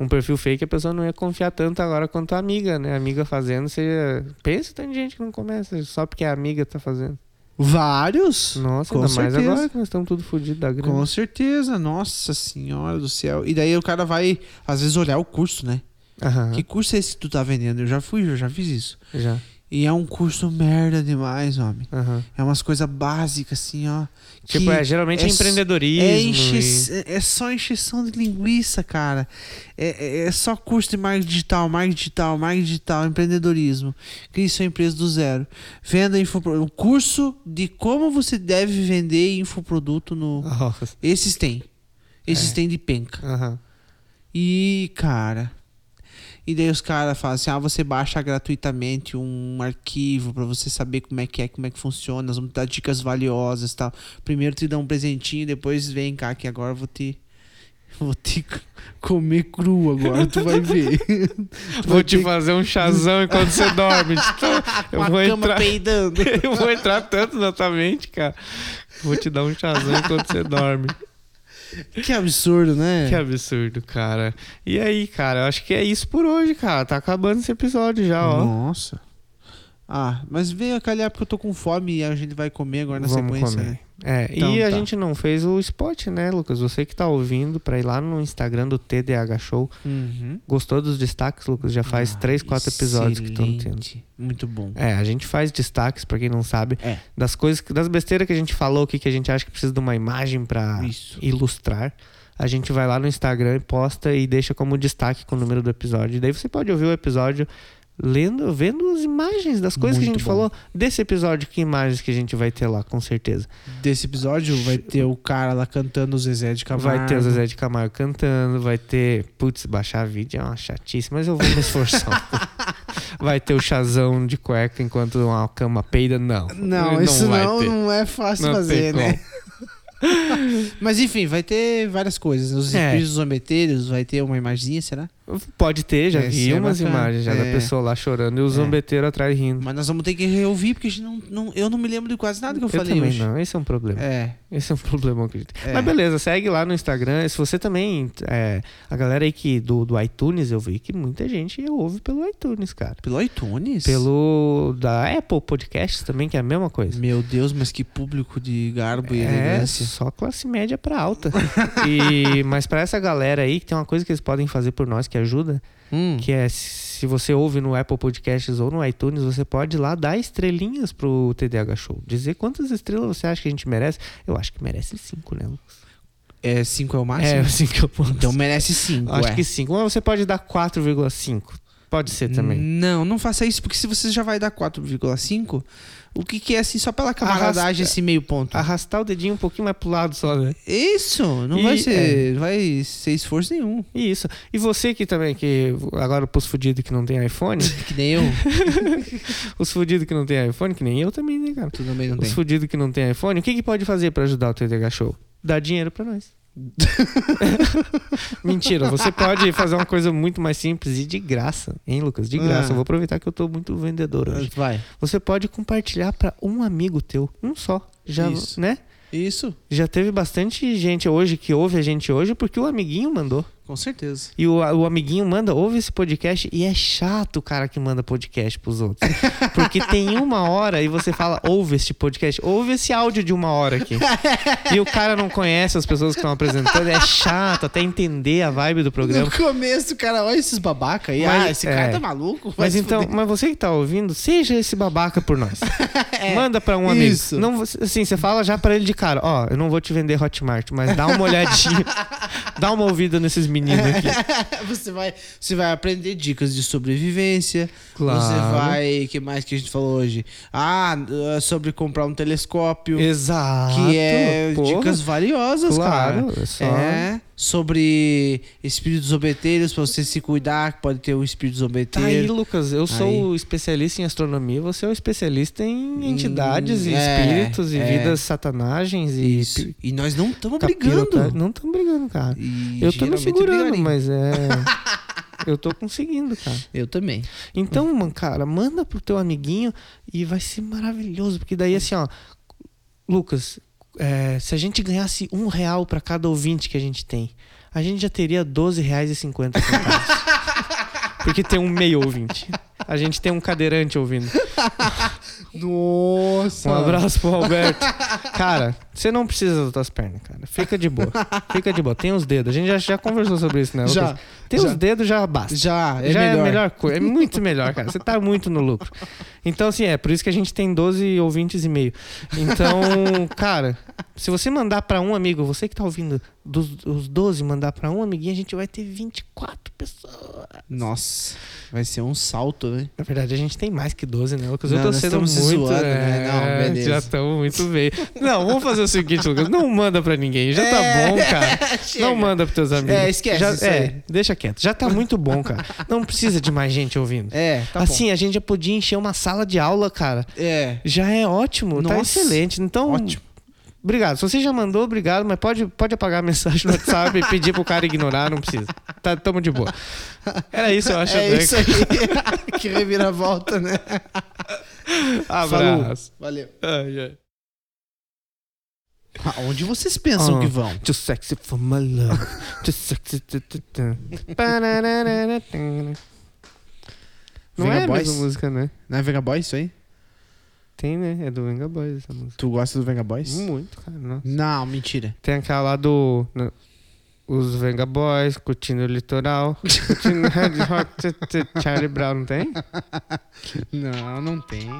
Speaker 1: Um perfil fake a pessoa não ia confiar tanto agora quanto a amiga, né? A amiga fazendo, você ia- pensa tem gente que não começa só porque a amiga tá fazendo.
Speaker 2: Vários?
Speaker 1: Nossa,
Speaker 2: Com
Speaker 1: ainda mais
Speaker 2: certeza.
Speaker 1: agora que nós estamos tudo fodido da grana.
Speaker 2: Com certeza, nossa senhora do céu. E daí o cara vai, às vezes, olhar o curso, né?
Speaker 1: Aham,
Speaker 2: Que curso é esse que tu tá vendendo? Eu já fui, eu já fiz isso.
Speaker 1: já.
Speaker 2: E é um curso merda demais, homem.
Speaker 1: Aham.
Speaker 2: É umas coisas básicas, assim, ó.
Speaker 1: Tipo,
Speaker 2: que
Speaker 1: é, geralmente é
Speaker 2: s-
Speaker 1: empreendedorismo
Speaker 2: É,
Speaker 1: e-
Speaker 2: enche- é só encheção de linguiça, cara. É, é- é só curso de marketing digital, marketing digital, marketing digital, empreendedorismo. Crie sua empresa do zero. Venda infoproduto. O curso de como você deve vender infoproduto no...
Speaker 1: Nossa.
Speaker 2: Esses tem.
Speaker 1: É.
Speaker 2: Esses tem de penca.
Speaker 1: Aham.
Speaker 2: E, cara. E daí os caras falam assim: ah, você baixa gratuitamente um arquivo pra você saber como é que é, como é que funciona. Nós vamos te dar dicas valiosas e tal. Primeiro te dá um presentinho, depois vem cá que agora eu vou te. Vou te c- comer cru agora, tu vai ver. Tu vai
Speaker 1: Vou te
Speaker 2: ter-
Speaker 1: fazer um chazão enquanto você dorme. Então,
Speaker 2: com
Speaker 1: eu
Speaker 2: a
Speaker 1: vou
Speaker 2: cama
Speaker 1: entrar.
Speaker 2: peidando.
Speaker 1: Eu vou entrar tanto na tua mente, cara. Vou te dar um chazão enquanto você dorme.
Speaker 2: Que absurdo, né?
Speaker 1: Que absurdo, cara. E aí, cara, eu acho que é isso por hoje, cara. Tá acabando esse episódio já, ó.
Speaker 2: Nossa. Ah, mas veio a calhar porque eu tô com fome e a gente vai comer agora na sequência, né?
Speaker 1: É,
Speaker 2: Então
Speaker 1: e a
Speaker 2: tá.
Speaker 1: gente não fez o spot, né, Lucas? Você que tá ouvindo, pra ir lá no Instagram do TDH Show.
Speaker 2: Uhum.
Speaker 1: Gostou dos destaques, Lucas? Já faz três, quatro episódios que estão tendo.
Speaker 2: Ah, Excelente. Muito bom.
Speaker 1: É, a gente faz destaques, pra quem não sabe,
Speaker 2: É.
Speaker 1: das coisas, que- das besteiras que a gente falou aqui, que a gente acha que precisa de uma imagem pra
Speaker 2: Isso.
Speaker 1: ilustrar. A gente vai lá no Instagram e posta e deixa como destaque com o número do episódio. E daí você pode ouvir o episódio lendo, vendo as imagens das coisas que a
Speaker 2: Muito
Speaker 1: gente
Speaker 2: bom.
Speaker 1: falou desse episódio, que imagens que a gente vai ter lá, com certeza.
Speaker 2: Desse episódio vai ter o cara lá cantando o Zezé de Camargo.
Speaker 1: Vai ter o Zezé de Camargo cantando, vai ter. Putz, baixar vídeo é uma chatice, mas eu vou me esforçar. um vai ter o chazão de cueca enquanto uma cama peida, não.
Speaker 2: Não, isso
Speaker 1: vai
Speaker 2: não,
Speaker 1: ter.
Speaker 2: não é fácil
Speaker 1: Não tem
Speaker 2: fazer, né? Mas enfim, vai ter várias coisas. Os
Speaker 1: É.
Speaker 2: espíritos zombeteiros, vai ter uma imaginzinha, será?
Speaker 1: Pode ter, já
Speaker 2: Esse
Speaker 1: vi
Speaker 2: é
Speaker 1: umas
Speaker 2: bacana.
Speaker 1: imagens já da
Speaker 2: É.
Speaker 1: pessoa lá chorando e o zombeteiro atrás rindo.
Speaker 2: Mas nós vamos ter que reouvir, porque a gente não, não- eu não me lembro de quase nada que eu,
Speaker 1: Eu
Speaker 2: falei
Speaker 1: também
Speaker 2: hoje.
Speaker 1: não, esse é um problema.
Speaker 2: É.
Speaker 1: Esse é um problemão que a gente tem.
Speaker 2: É.
Speaker 1: Mas beleza, segue lá no Instagram. Se você também. é, a galera aí que, do, do iTunes, eu vi que muita gente ouve pelo iTunes, cara.
Speaker 2: Pelo iTunes?
Speaker 1: Pelo. Da Apple Podcasts também, que é a mesma coisa.
Speaker 2: Meu Deus, mas que público de garbo e
Speaker 1: É,
Speaker 2: elegância.
Speaker 1: só classe média pra alta. E, mas pra essa galera aí, que tem uma coisa que eles podem fazer por nós que ajuda,
Speaker 2: Hum.
Speaker 1: que é se você ouve no Apple Podcasts ou no iTunes, você pode ir lá dar estrelinhas pro TDH Show. Dizer quantas estrelas você acha que a gente merece. Eu acho que merece cinco, né? Lucas?
Speaker 2: É, cinco é o
Speaker 1: é,
Speaker 2: máximo?
Speaker 1: assim que eu posso.
Speaker 2: Então merece cinco,
Speaker 1: acho
Speaker 2: é.
Speaker 1: que cinco. Mas você pode dar 4,5. Pode ser também.
Speaker 2: Não, não faça isso, porque se você já vai dar 4,5, o que, que é assim, só pela camaradagem, esse meio ponto?
Speaker 1: Arrastar o dedinho um pouquinho mais pro lado só, né?
Speaker 2: Isso, não
Speaker 1: E-
Speaker 2: vai ser. não vai ser esforço nenhum.
Speaker 1: Isso. E você que também, que agora pros fudidos que não tem iPhone,
Speaker 2: Que nem eu.
Speaker 1: Os fudidos que não tem iPhone, que nem eu também, né, cara?
Speaker 2: tu também não
Speaker 1: Os
Speaker 2: tem.
Speaker 1: fudidos que não tem iPhone, o que, que pode fazer pra ajudar o TDH Show? Dar dinheiro pra nós. Mentira, você pode fazer uma coisa muito mais simples e de graça, hein, Lucas? De graça.
Speaker 2: Ah.
Speaker 1: Eu vou aproveitar que eu tô muito vendedor hoje.
Speaker 2: Vai.
Speaker 1: Você pode compartilhar pra um amigo teu, um só. Já,
Speaker 2: Isso.
Speaker 1: né?
Speaker 2: Isso,
Speaker 1: Já teve bastante gente hoje que ouve a gente hoje porque o amiguinho mandou.
Speaker 2: com certeza.
Speaker 1: E o, o amiguinho manda, ouve esse podcast e é chato o cara que manda podcast pros outros. Porque tem uma hora e você fala, ouve este podcast, ouve esse áudio de uma hora aqui. E o cara não conhece as pessoas que estão apresentando, é chato até entender a vibe do programa.
Speaker 2: No começo, cara, olha esses babaca aí.
Speaker 1: Mas-
Speaker 2: ah, esse cara
Speaker 1: é.
Speaker 2: tá maluco. vai
Speaker 1: Mas
Speaker 2: se
Speaker 1: então,
Speaker 2: fuder.
Speaker 1: mas você que tá ouvindo, seja esse babaca por nós. Manda pra um amigo.
Speaker 2: É, isso.
Speaker 1: Não, assim, você fala já pra ele de cara, ó, eu não vou te vender Hotmart, mas dá uma olhadinha. dá uma ouvida nesses meninos aqui.
Speaker 2: você, vai, você vai aprender dicas de sobrevivência.
Speaker 1: Claro.
Speaker 2: Você vai. que mais que a gente falou hoje? Ah, é sobre comprar um telescópio.
Speaker 1: Exato.
Speaker 2: Que é
Speaker 1: porra.
Speaker 2: dicas valiosas,
Speaker 1: Claro,
Speaker 2: cara.
Speaker 1: é só-
Speaker 2: É. Sobre espíritos obeteiros, pra você se cuidar, que pode ter um espírito
Speaker 1: Tá aí,
Speaker 2: zobeteiro.
Speaker 1: Lucas. Eu sou
Speaker 2: Aí.
Speaker 1: o especialista em astronomia, você é o especialista em entidades e
Speaker 2: é,
Speaker 1: espíritos e
Speaker 2: é.
Speaker 1: vidas satanagens e
Speaker 2: Isso. E nós não estamos
Speaker 1: capirota-
Speaker 2: brigando.
Speaker 1: Não estamos brigando, cara.
Speaker 2: E
Speaker 1: tá- eu tô me
Speaker 2: geralmente
Speaker 1: segurando,
Speaker 2: brigaria.
Speaker 1: mas é. eu tô conseguindo, cara.
Speaker 2: Eu também.
Speaker 1: Então, man, cara, manda pro teu amiguinho e vai ser maravilhoso. Porque daí, assim, ó, Lucas, é, se a gente ganhasse um real pra cada ouvinte que a gente tem, a gente já teria R$12,50. porque tem um meio ouvinte. A gente tem um cadeirante ouvindo.
Speaker 7: Nossa.
Speaker 2: Ah.
Speaker 1: Um abraço pro Alberto. Cara, você não precisa das tuas pernas, cara. Fica de boa. Fica de boa. Tem os dedos. A gente já, já conversou sobre isso, né? Lucas?
Speaker 2: Já,
Speaker 1: Tem
Speaker 2: já.
Speaker 1: os dedos, já basta
Speaker 2: Já, é
Speaker 1: já
Speaker 2: melhor.
Speaker 1: é a melhor coisa. É muito melhor, cara. Você tá muito no lucro. Então, assim, é por isso que a gente tem 12 ouvintes e meio. Então, cara, se você mandar pra um amigo, você que tá ouvindo, dos, os 12 mandar pra um amiguinho, a gente vai ter 24 pessoas.
Speaker 2: Nossa, vai ser um salto, né?
Speaker 1: Na verdade, a gente tem mais que 12, né, Lucas? Eu
Speaker 2: Não,
Speaker 1: tô
Speaker 2: nós
Speaker 1: sendo
Speaker 2: estamos
Speaker 1: muito. é,
Speaker 2: se zoando, né? Não, beleza.
Speaker 1: Já estamos muito bem. Não, vamos fazer o seguinte, Lucas. Não manda pra ninguém. Já tá
Speaker 2: É,
Speaker 1: bom, cara.
Speaker 2: chega.
Speaker 1: Não manda pros teus amigos.
Speaker 2: É, esquece
Speaker 1: Já-
Speaker 2: isso
Speaker 1: é,
Speaker 2: aí.
Speaker 1: deixa quieto. Já tá muito bom, cara. Não precisa de mais gente ouvindo.
Speaker 2: É, tá
Speaker 1: assim, a gente já podia encher uma sala de aula, cara.
Speaker 2: bom. É.
Speaker 1: Já é ótimo, tá
Speaker 2: Nossa.
Speaker 1: excelente. Então.
Speaker 2: Ótimo.
Speaker 1: Obrigado. Se você já mandou, obrigado, mas pode, pode apagar a mensagem no WhatsApp e pedir pro cara ignorar, não precisa. Tá, tamo de boa. Era isso, eu acho. né?
Speaker 2: É
Speaker 1: Branco.
Speaker 2: isso aí. que reviravolta, né? Falou.
Speaker 1: Abraço.
Speaker 2: Valeu.
Speaker 1: Ai, ai.
Speaker 2: Aonde vocês pensam
Speaker 1: Ah.
Speaker 2: que vão?
Speaker 1: Too sexy for my love. Too sexy. tu, tu, tu. Parararararatã. Não
Speaker 2: Venga
Speaker 1: é a
Speaker 2: Boys?
Speaker 1: mesma música, né?
Speaker 2: Não é Venga Boys isso aí?
Speaker 1: Tem, né? É do Venga Boys essa música.
Speaker 2: Tu gosta do Venga Boys?
Speaker 1: Muito, cara. Nossa.
Speaker 2: Não, mentira.
Speaker 1: Tem aquela lá do. né, Os Venga Boys, curtindo o litoral. Curtindo Red Hot, tê, tê, Charlie Brown, não tem?
Speaker 2: Não, não tem.